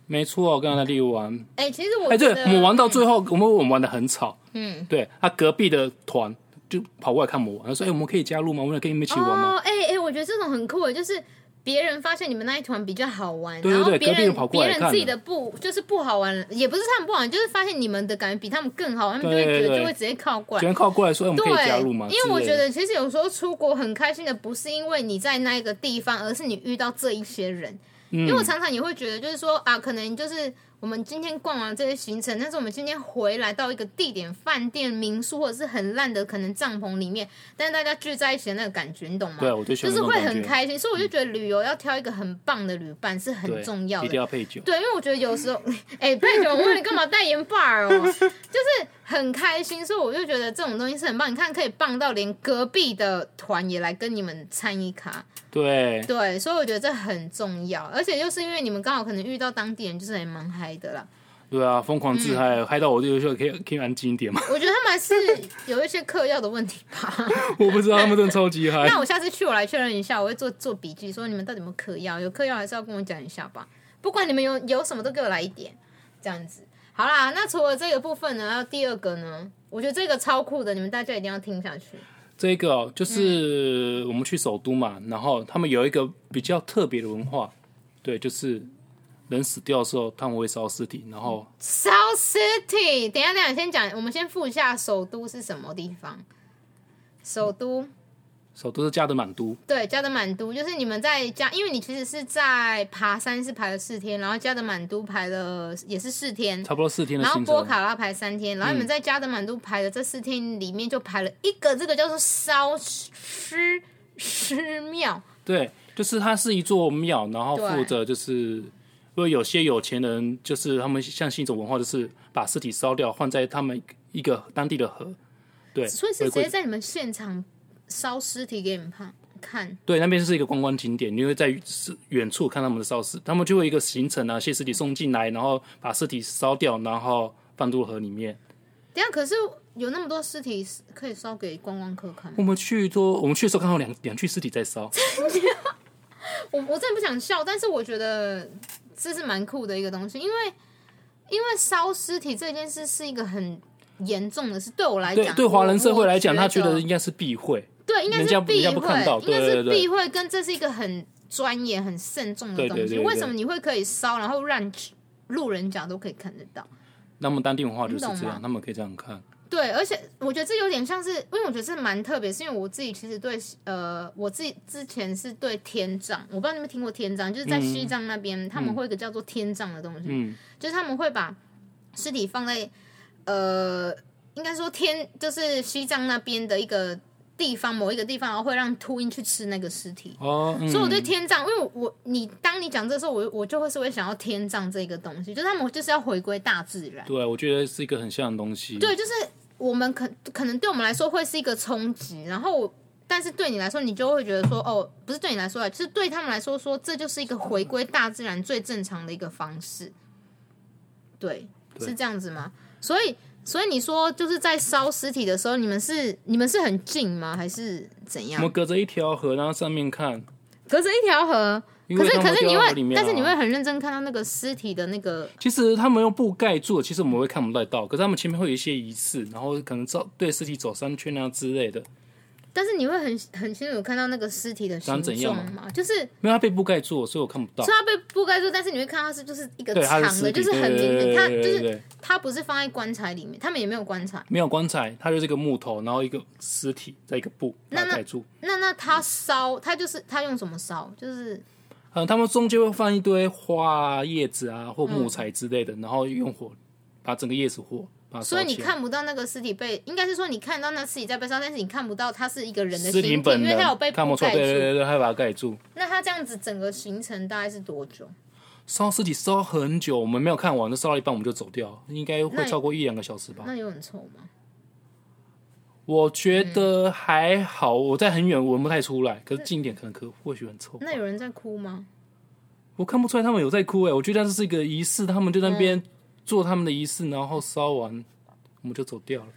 [SPEAKER 2] 没错，我跟他例如玩，
[SPEAKER 1] 哎、其实我
[SPEAKER 2] 哎、
[SPEAKER 1] 觉
[SPEAKER 2] 对
[SPEAKER 1] 得，，
[SPEAKER 2] 我们玩到最后，我们我们玩的很吵，
[SPEAKER 1] 嗯，
[SPEAKER 2] 对他隔壁的团就跑过来看我玩，他说：“哎、我们可以加入吗？我们可以跟你们一起玩吗？”
[SPEAKER 1] 哦，哎、哎、我觉得这种很酷，就是别人发现你们那一团比较好玩，
[SPEAKER 2] 对对对隔壁
[SPEAKER 1] 然
[SPEAKER 2] 人
[SPEAKER 1] 后
[SPEAKER 2] 跑
[SPEAKER 1] 别
[SPEAKER 2] 过
[SPEAKER 1] 人
[SPEAKER 2] 来
[SPEAKER 1] 别人
[SPEAKER 2] 看
[SPEAKER 1] 自己的不就是不好玩，也不是他们不好玩，就是发现你们的感觉比他们更好，他们就会
[SPEAKER 2] 对对
[SPEAKER 1] 觉得
[SPEAKER 2] 对
[SPEAKER 1] 就会直接靠过
[SPEAKER 2] 喜
[SPEAKER 1] 来。
[SPEAKER 2] 欢靠过来说哎我们可以加
[SPEAKER 1] 对，
[SPEAKER 2] 入吗？
[SPEAKER 1] 因为我
[SPEAKER 2] 之
[SPEAKER 1] 觉
[SPEAKER 2] 类的
[SPEAKER 1] 得其实有时候出国很开心的，不是因为你在那一个地方，而是你遇到这一些人。
[SPEAKER 2] 嗯
[SPEAKER 1] 因为我常常也会觉得，就是说啊，可能就是我们今天逛完这些行程，但是我们今天回来到一个地点、饭店、民宿，或者是很烂的可能帐篷里面，但是大家聚在一起的那个感觉，你懂吗？
[SPEAKER 2] 对我最喜
[SPEAKER 1] 就
[SPEAKER 2] 欢
[SPEAKER 1] 是
[SPEAKER 2] 那种
[SPEAKER 1] 会
[SPEAKER 2] 感觉，
[SPEAKER 1] 很开心，所以我就觉得旅游要挑一个很棒的旅伴是很
[SPEAKER 2] 对
[SPEAKER 1] 重要
[SPEAKER 2] 一定
[SPEAKER 1] 的。
[SPEAKER 2] 要配酒。
[SPEAKER 1] 对，因为我觉得有时候， 哎、佩姐，我问你干嘛代言 bar 哦？就是很开心，所以我就觉得这种东西是很棒。你看，可以棒到连隔壁的团也来跟你们参一卡，
[SPEAKER 2] 对
[SPEAKER 1] 对，所以我觉得这很重要。而且就是因为你们刚好可能遇到当地人，就是也蛮嗨的啦。
[SPEAKER 2] 对啊，疯狂自嗨，
[SPEAKER 1] 嗯
[SPEAKER 2] 嗨到我这个时候可以可以安静一点吗？
[SPEAKER 1] 我觉得他们还是有一些嗑药的问题吧。
[SPEAKER 2] 我不知道他们真的超级嗨
[SPEAKER 1] 那。我下次去我来确认一下，我会做做笔记，说你们到底有没有嗑药？有嗑药还是要跟我讲一下吧。不管你们有有什么都给我来一点，这样子。好啦，那除了这个部分呢，还有第二个呢，我觉得这个超酷的，你们大家一定要听下去。
[SPEAKER 2] 这个哦就是我们去首都嘛，然后他们有一个比较特别的文化，对，就是人死掉的时候他们会烧尸体，然后
[SPEAKER 1] 嗯 South City，等一下等一下，先讲，我们先附一下首都是什么地方。首都
[SPEAKER 2] 首都是加德满都，
[SPEAKER 1] 对加德满都，就是你们在加，因为你其实是在爬山是排了四天，然后加德满都排了也是四天，
[SPEAKER 2] 差不多四天的嗯
[SPEAKER 1] 然后
[SPEAKER 2] 行
[SPEAKER 1] 波
[SPEAKER 2] 程。
[SPEAKER 1] 卡拉排三天，然后你们在加德满都排的这四天里面就排了一个，这个叫做烧尸尸庙，
[SPEAKER 2] 对，就是它是一座庙，然后
[SPEAKER 1] 对
[SPEAKER 2] 负责就是，因为有些有钱人就是他们相信一种文化，就是把尸体烧掉，换在他们一个当地的河。对，
[SPEAKER 1] 所以是直
[SPEAKER 2] 回
[SPEAKER 1] 接
[SPEAKER 2] 馈
[SPEAKER 1] 在你们现场烧尸体给你们看看。
[SPEAKER 2] 对那边是一个观光景点，你会在是远处看他们的烧尸，他们就会有一个行程啊，些尸体送进来，然后把尸体烧掉，然后放入河里面。
[SPEAKER 1] 等啊一下可是有那么多尸体是可以烧给观光客看吗
[SPEAKER 2] 我？们去多，我们去的时候看到两两具尸体在烧，
[SPEAKER 1] 我我真的不想笑，但是我觉得这是蛮酷的一个东西，因为因为烧尸体这件事是一个很严重的事，对我来
[SPEAKER 2] 对
[SPEAKER 1] 讲，
[SPEAKER 2] 对，华人
[SPEAKER 1] 我
[SPEAKER 2] 社会来讲，
[SPEAKER 1] 我
[SPEAKER 2] 他觉得应该是避讳。
[SPEAKER 1] 对，应该
[SPEAKER 2] 人
[SPEAKER 1] 是
[SPEAKER 2] 家不人
[SPEAKER 1] 避
[SPEAKER 2] 家不看到
[SPEAKER 1] 讳，应该
[SPEAKER 2] 对
[SPEAKER 1] 是
[SPEAKER 2] 对对
[SPEAKER 1] 避讳，跟这是一个很专业、很慎重的
[SPEAKER 2] 对对
[SPEAKER 1] 东西。
[SPEAKER 2] 对对
[SPEAKER 1] 为什么你会可以烧，然后让路人甲都可以看得到？
[SPEAKER 2] 那么当地文化就是
[SPEAKER 1] 你
[SPEAKER 2] 这
[SPEAKER 1] 懂吗
[SPEAKER 2] 样，他们可以这样看。
[SPEAKER 1] 对，而且我觉得这有点像是，因为我觉得这蛮特别，是因为我自己其实对呃，我自己之前是对天葬，我不知道你们听过天葬，就是在西藏那边、他们会有一个叫做天葬的东西，
[SPEAKER 2] 嗯嗯
[SPEAKER 1] 就是他们会把尸体放在呃应该说天，就是西藏那边的一个地方，某一个地方，然后会让秃鹰去吃那个尸体。
[SPEAKER 2] 哦，嗯
[SPEAKER 1] 所以我对天葬，因为我你当你讲这时候，我我就会是会想要天葬这个东西，就是他们就是要回归大自然。
[SPEAKER 2] 对，我觉得是一个很像的东西。
[SPEAKER 1] 对，就是我们可可能对我们来说会是一个冲击，然后我但是对你来说，你就会觉得说，哦，不是对你来说啊，就是对他们来说说，这就是一个回归大自然最正常的一个方式。对，
[SPEAKER 2] 对
[SPEAKER 1] 是这样子吗？所以，所以你说就是在烧尸体的时候，你们是你们是很近吗？还是怎
[SPEAKER 2] 我
[SPEAKER 1] 样
[SPEAKER 2] 们？隔着一条河，然后上面看。
[SPEAKER 1] 隔着一条河，
[SPEAKER 2] 因
[SPEAKER 1] 可
[SPEAKER 2] 为
[SPEAKER 1] 是
[SPEAKER 2] 他们
[SPEAKER 1] 可是
[SPEAKER 2] 丢
[SPEAKER 1] 你
[SPEAKER 2] 到河里
[SPEAKER 1] 会，
[SPEAKER 2] 面啊
[SPEAKER 1] 但是你会很认真看到那个尸体的那个
[SPEAKER 2] 其实他们用布盖住，其实我们会看不太到，可是他们前面会有一些仪式，然后可能照对尸体走三圈啊之类的。
[SPEAKER 1] 但是你会很很清楚看到那个尸体的形
[SPEAKER 2] 长怎样
[SPEAKER 1] 状吗？就是
[SPEAKER 2] 因为它被布盖住，所以我看不到
[SPEAKER 1] 虽。然被覆盖住，但是你会看到是就是一个
[SPEAKER 2] 对，它
[SPEAKER 1] 长
[SPEAKER 2] 的尸
[SPEAKER 1] 的，
[SPEAKER 2] 体，
[SPEAKER 1] 就
[SPEAKER 2] 对
[SPEAKER 1] 是很明
[SPEAKER 2] 对对
[SPEAKER 1] 显，它
[SPEAKER 2] 对
[SPEAKER 1] 就
[SPEAKER 2] 对
[SPEAKER 1] 是
[SPEAKER 2] 对，
[SPEAKER 1] 它不是放在棺材里面，他们也没有棺材。
[SPEAKER 2] 没有棺材，它就是一个木头，然后一个尸体，再一个布
[SPEAKER 1] 那
[SPEAKER 2] 把
[SPEAKER 1] 那
[SPEAKER 2] 它盖住。
[SPEAKER 1] 那那他烧，他就是他用什么烧？就是
[SPEAKER 2] 嗯，他们中间会放一堆花、啊、叶子啊
[SPEAKER 1] 嗯
[SPEAKER 2] 或木材之类的，然后用火把整个叶子火把它烧
[SPEAKER 1] 所以你
[SPEAKER 2] 起来
[SPEAKER 1] 看不到那个尸体被，应该是说你看到那尸体在被烧，但是你看不到它是一个人的
[SPEAKER 2] 尸
[SPEAKER 1] 形
[SPEAKER 2] 体
[SPEAKER 1] 体，
[SPEAKER 2] 本
[SPEAKER 1] 因为
[SPEAKER 2] 人，
[SPEAKER 1] 它有被
[SPEAKER 2] 看
[SPEAKER 1] 覆
[SPEAKER 2] 不出
[SPEAKER 1] 盖
[SPEAKER 2] 来对对
[SPEAKER 1] 住。
[SPEAKER 2] 对对，它把它盖住。
[SPEAKER 1] 那它这样子整个行程大概是多久？
[SPEAKER 2] 烧尸体烧很久，我们没有看完，那烧到一半我们就走掉，应该会超过一两个小时吧。
[SPEAKER 1] 那有很臭吗？
[SPEAKER 2] 我觉得还好，我在很远闻不太出来，可是近一点可能可或许很臭。
[SPEAKER 1] 那有人在哭吗？
[SPEAKER 2] 我看不出来他们有在哭哎、我觉得这是一个仪式，他们就在那边做他们的仪式，然后烧完我们就走掉了。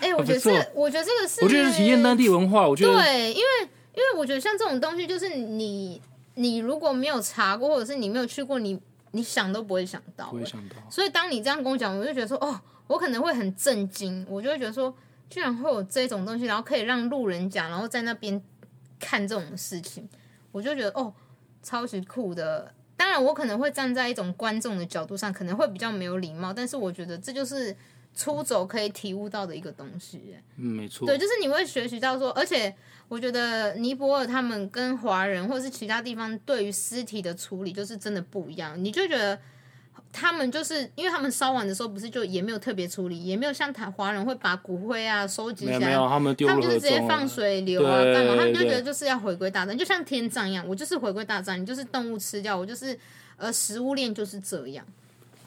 [SPEAKER 1] 哎、我觉得
[SPEAKER 2] 不错
[SPEAKER 1] 这，我觉得这个是，
[SPEAKER 2] 我觉得是体验当地文化，我觉得
[SPEAKER 1] 对，因为因为我觉得像这种东西，就是你你如果没有查过，或者是你没有去过，你你想都不会想到
[SPEAKER 2] 不。会想到。
[SPEAKER 1] 所以当你这样跟我讲，我就觉得说，哦，我可能会很震惊，我就会觉得说，居然会有这种东西，然后可以让路人甲，然后在那边看这种事情，我就觉得哦，超级酷的。当然，我可能会站在一种观众的角度上，可能会比较没有礼貌，但是我觉得这就是出走可以体悟到的一个东西耶。
[SPEAKER 2] 嗯，没错。
[SPEAKER 1] 对，就是你会学习到说，而且我觉得尼泊尔他们跟华人或是其他地方对于尸体的处理就是真的不一样，你就觉得他们就是因为他们烧完的时候不是就也没有特别处理，也没有像台华人会把骨灰啊收集起
[SPEAKER 2] 没
[SPEAKER 1] 来，
[SPEAKER 2] 有没有，他们丢
[SPEAKER 1] 他
[SPEAKER 2] 入
[SPEAKER 1] 们就
[SPEAKER 2] 河
[SPEAKER 1] 是直接
[SPEAKER 2] 中
[SPEAKER 1] 放
[SPEAKER 2] 了。
[SPEAKER 1] 水流啊，
[SPEAKER 2] 对
[SPEAKER 1] 干嘛？他们就
[SPEAKER 2] 对
[SPEAKER 1] 觉得就是要回归大自然，就像天葬一样，我就是回归大自然，你就是动物吃掉，我就是呃食物链就是这样。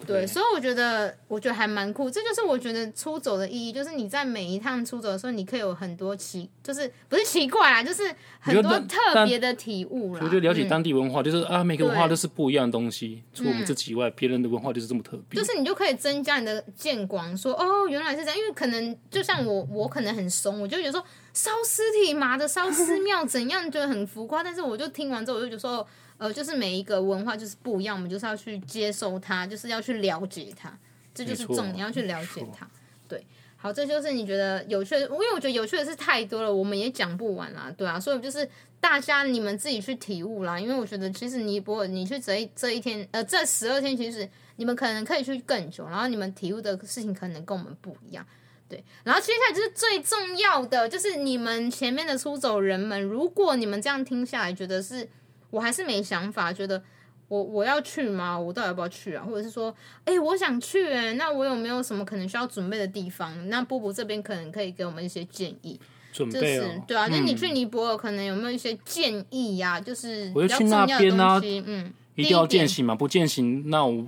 [SPEAKER 1] 对，
[SPEAKER 2] 对
[SPEAKER 1] 所以我觉得，我觉得还蛮酷。这就是我觉得出走的意义，就是你在每一趟出走的时候，你可以有很多奇，就是不是奇怪啦，就是很
[SPEAKER 2] 你觉
[SPEAKER 1] 多
[SPEAKER 2] 得
[SPEAKER 1] 特别的体悟啦。
[SPEAKER 2] 我觉得了解
[SPEAKER 1] 嗯
[SPEAKER 2] 当地文化，就是啊，每个文化
[SPEAKER 1] 对
[SPEAKER 2] 都是不一样的东西，除了我们自己以外，别人的文化就是这么特别
[SPEAKER 1] 就。是你就可以增加你的见光，说哦，原来是这样。因为可能就像我，我可能很怂，我就觉得说烧尸体，妈的烧寺庙怎样，觉得很浮夸。但是我就听完之后，我就觉得说，呃，就是每一个文化就是不一样，我们就是要去接受它，就是要去了解它，这就是
[SPEAKER 2] 没错
[SPEAKER 1] 重点，要去了解
[SPEAKER 2] 没错
[SPEAKER 1] 它。对，好，这就是你觉得有趣的，因为我觉得有趣的事太多了，我们也讲不完啦，对啊，所以就是大家你们自己去体悟啦，因为我觉得其实尼泊尔，你去这一这一天，呃，这十二天，其实你们可能可以去更久，然后你们体悟的事情可能跟我们不一样。对，然后接下来就是最重要的，就是你们前面的出走人们，如果你们这样听下来，觉得是我还是没想法，觉得我我要去吗？我到底要不要去啊？或者是说，哎、我想去、哎，那我有没有什么可能需要准备的地方？那波波这边可能可以给我们一些建议，
[SPEAKER 2] 准
[SPEAKER 1] 就
[SPEAKER 2] 备
[SPEAKER 1] 是、
[SPEAKER 2] 哦，
[SPEAKER 1] 对啊，就是你
[SPEAKER 2] 嗯
[SPEAKER 1] 去尼泊尔可能有没有一些建议呀、就是
[SPEAKER 2] 我
[SPEAKER 1] 比
[SPEAKER 2] 就
[SPEAKER 1] 较
[SPEAKER 2] 去
[SPEAKER 1] 重
[SPEAKER 2] 那
[SPEAKER 1] 要的
[SPEAKER 2] 边啊
[SPEAKER 1] 东西，嗯。
[SPEAKER 2] 一定要
[SPEAKER 1] 第一点
[SPEAKER 2] 践行嘛，不践行那我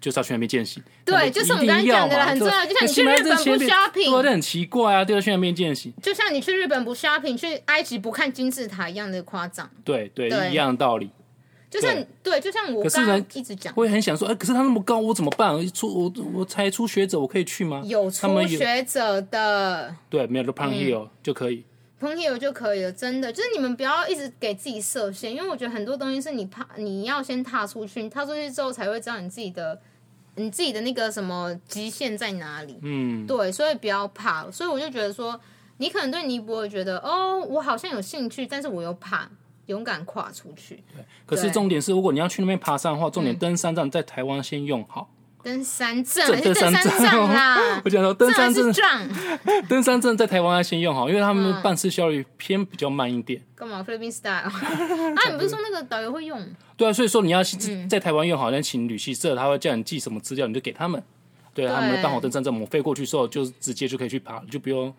[SPEAKER 2] 就是要去那边践行。
[SPEAKER 1] 对就是我们
[SPEAKER 2] 一定
[SPEAKER 1] 刚才讲的
[SPEAKER 2] 要嘛啊
[SPEAKER 1] 很重要
[SPEAKER 2] 对
[SPEAKER 1] 就像你去日本不
[SPEAKER 2] 那现在这些
[SPEAKER 1] shopping
[SPEAKER 2] 对，这很奇怪啊，对，要去那边践行，
[SPEAKER 1] 就像你去日本不 shopping，去埃及不看金字塔一样的夸张。
[SPEAKER 2] 对对，
[SPEAKER 1] 对
[SPEAKER 2] 一样的道理。
[SPEAKER 1] 就像对就像我
[SPEAKER 2] 可是
[SPEAKER 1] 刚刚
[SPEAKER 2] 呢
[SPEAKER 1] 一直讲，
[SPEAKER 2] 我也很想说，哎、可是他那么高，我怎么办？初我我才初学者，我可以去吗？
[SPEAKER 1] 有
[SPEAKER 2] 他
[SPEAKER 1] 初
[SPEAKER 2] 们有
[SPEAKER 1] 学者的
[SPEAKER 2] 对，没有就胖 hill、就可以。
[SPEAKER 1] 朋友就可以了，真的就是你们不要一直给自己设限，因为我觉得很多东西是你怕你要先踏出去，你踏出去之后才会知道你自己的你自己的那个什么极限在哪里。
[SPEAKER 2] 嗯，
[SPEAKER 1] 对，所以不要怕。所以我就觉得说，你可能对尼泊尔觉得哦，我好像有兴趣，但是我又怕，勇敢跨出去。
[SPEAKER 2] 可是
[SPEAKER 1] 对
[SPEAKER 2] 重点是，如果你要去那边爬山的话，重点登山杖在台湾先用好。
[SPEAKER 1] 登山证
[SPEAKER 2] 这
[SPEAKER 1] 还是登
[SPEAKER 2] 登山
[SPEAKER 1] 山
[SPEAKER 2] 杖
[SPEAKER 1] 杖
[SPEAKER 2] 哦
[SPEAKER 1] 啦
[SPEAKER 2] 我，想
[SPEAKER 1] 这
[SPEAKER 2] 说，登山
[SPEAKER 1] 还是
[SPEAKER 2] 证、
[SPEAKER 1] 杖。
[SPEAKER 2] 登山证在台湾要先用好，因为他们办事效率偏比较慢一点。
[SPEAKER 1] 干嘛菲律宾 style？啊， 你不是说那个导游会用？嗯
[SPEAKER 2] 对啊，所以说你要先在台湾用好，那请旅行社他会叫你寄什么资料，你就给他们。对他们
[SPEAKER 1] 对
[SPEAKER 2] 办好登山证，我们飞过去之后，就直接就可以去爬，就不用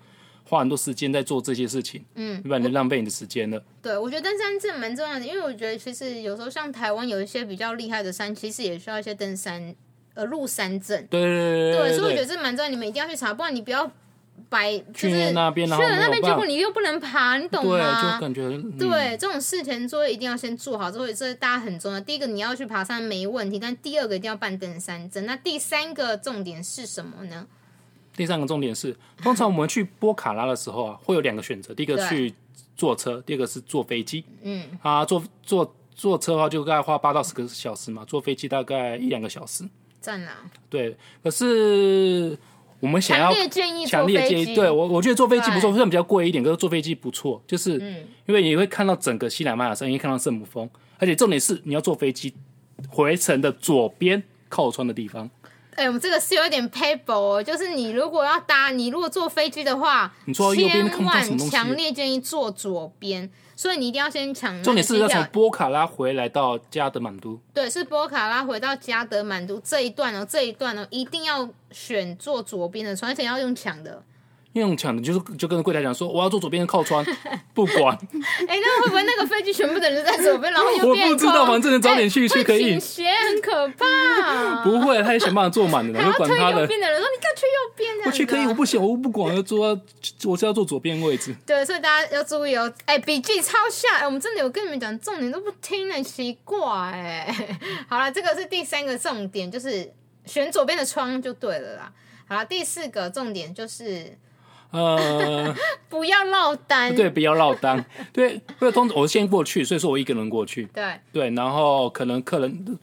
[SPEAKER 2] 花很多时间在做这些事情，嗯，不然就浪费你的时间了。
[SPEAKER 1] 对，我觉得登山证蛮重要的，因为我觉得其实有时候像台湾有一些比较厉害的山，其实也需要一些登山呃入山证。
[SPEAKER 2] 对对对
[SPEAKER 1] 对，所以我觉
[SPEAKER 2] 对
[SPEAKER 1] 得这蛮重要，你们一定要去查，不然你不要白就
[SPEAKER 2] 去
[SPEAKER 1] 是
[SPEAKER 2] 了那边然后
[SPEAKER 1] 去了那
[SPEAKER 2] 没
[SPEAKER 1] 边，
[SPEAKER 2] 有
[SPEAKER 1] 结
[SPEAKER 2] 办
[SPEAKER 1] 果你又不能爬，你懂
[SPEAKER 2] 对，
[SPEAKER 1] 吗
[SPEAKER 2] 就？感觉嗯
[SPEAKER 1] 对，这种事前作业一定要先做好，所以这是大家很重要。第一个你要去爬山没问题，但第二个一定要办登山证。那第三个重点是什么呢？
[SPEAKER 2] 第三个重点是，通常我们去波卡拉的时候啊，会有两个选择，第一个
[SPEAKER 1] 对
[SPEAKER 2] 去坐车，第二个是坐飞机。嗯，啊，坐坐坐车的话，就大概花八到十个小时嘛，坐飞机大概一两个小时。
[SPEAKER 1] 赞啦，
[SPEAKER 2] 对，可是我们想
[SPEAKER 1] 强
[SPEAKER 2] 要
[SPEAKER 1] 烈建议
[SPEAKER 2] 强
[SPEAKER 1] 坐
[SPEAKER 2] 烈
[SPEAKER 1] 飞
[SPEAKER 2] 建议，
[SPEAKER 1] 机。
[SPEAKER 2] 对嗯我我觉得坐飞机不错，
[SPEAKER 1] 对
[SPEAKER 2] 虽然比较贵一点，可是坐飞机不错，就是因为你会看到整个西南马雅山，你会看到圣母峰，而且重点是你要坐飞机回程的左边靠窗的地方，
[SPEAKER 1] 哎、我们这个是有一点 paper，哦就是你如果要搭，你如果坐飞机的话，
[SPEAKER 2] 你坐到右边
[SPEAKER 1] 千
[SPEAKER 2] 看不到什
[SPEAKER 1] 万
[SPEAKER 2] 么东西
[SPEAKER 1] 强烈建议坐左边，所以你一定要先抢那个机票。
[SPEAKER 2] 重点是要从波卡拉回来到加德满都。
[SPEAKER 1] 对，是波卡拉回到加德满都这一段哦，这一段哦，一定要选坐左边的船，而且要用抢的。
[SPEAKER 2] 因为我抢的就是就跟柜台讲说，我要坐左边的靠 窗，不管
[SPEAKER 1] 哎、那会不会那个飞机全部的人都在左边，然后右
[SPEAKER 2] 我
[SPEAKER 1] 边
[SPEAKER 2] 不知道，
[SPEAKER 1] 空
[SPEAKER 2] 反正早点去
[SPEAKER 1] 哎
[SPEAKER 2] 去可
[SPEAKER 1] 会
[SPEAKER 2] 以
[SPEAKER 1] 倾，斜很可怕。
[SPEAKER 2] 不会，他也想办法坐满的，
[SPEAKER 1] 还要
[SPEAKER 2] 就管
[SPEAKER 1] 推
[SPEAKER 2] 他
[SPEAKER 1] 右
[SPEAKER 2] 的，
[SPEAKER 1] 边的人说：“你给我去右边。”
[SPEAKER 2] 我去可以，我不行，我不管，我要坐到，我是要坐左边位置。
[SPEAKER 1] 对，所以大家要注意哦。哎，笔记抄下。哎，我们真的有跟你们讲重点都不听呢，奇怪哎。 好了，这个是第三个重点，就是选左边的窗就对了啦。好了，第四个重点就是
[SPEAKER 2] 呃，
[SPEAKER 1] 不要落单。
[SPEAKER 2] 对，不要落单，对，因为通我先过去，所以说我一个人过去，
[SPEAKER 1] 对
[SPEAKER 2] 对，然后可能客人，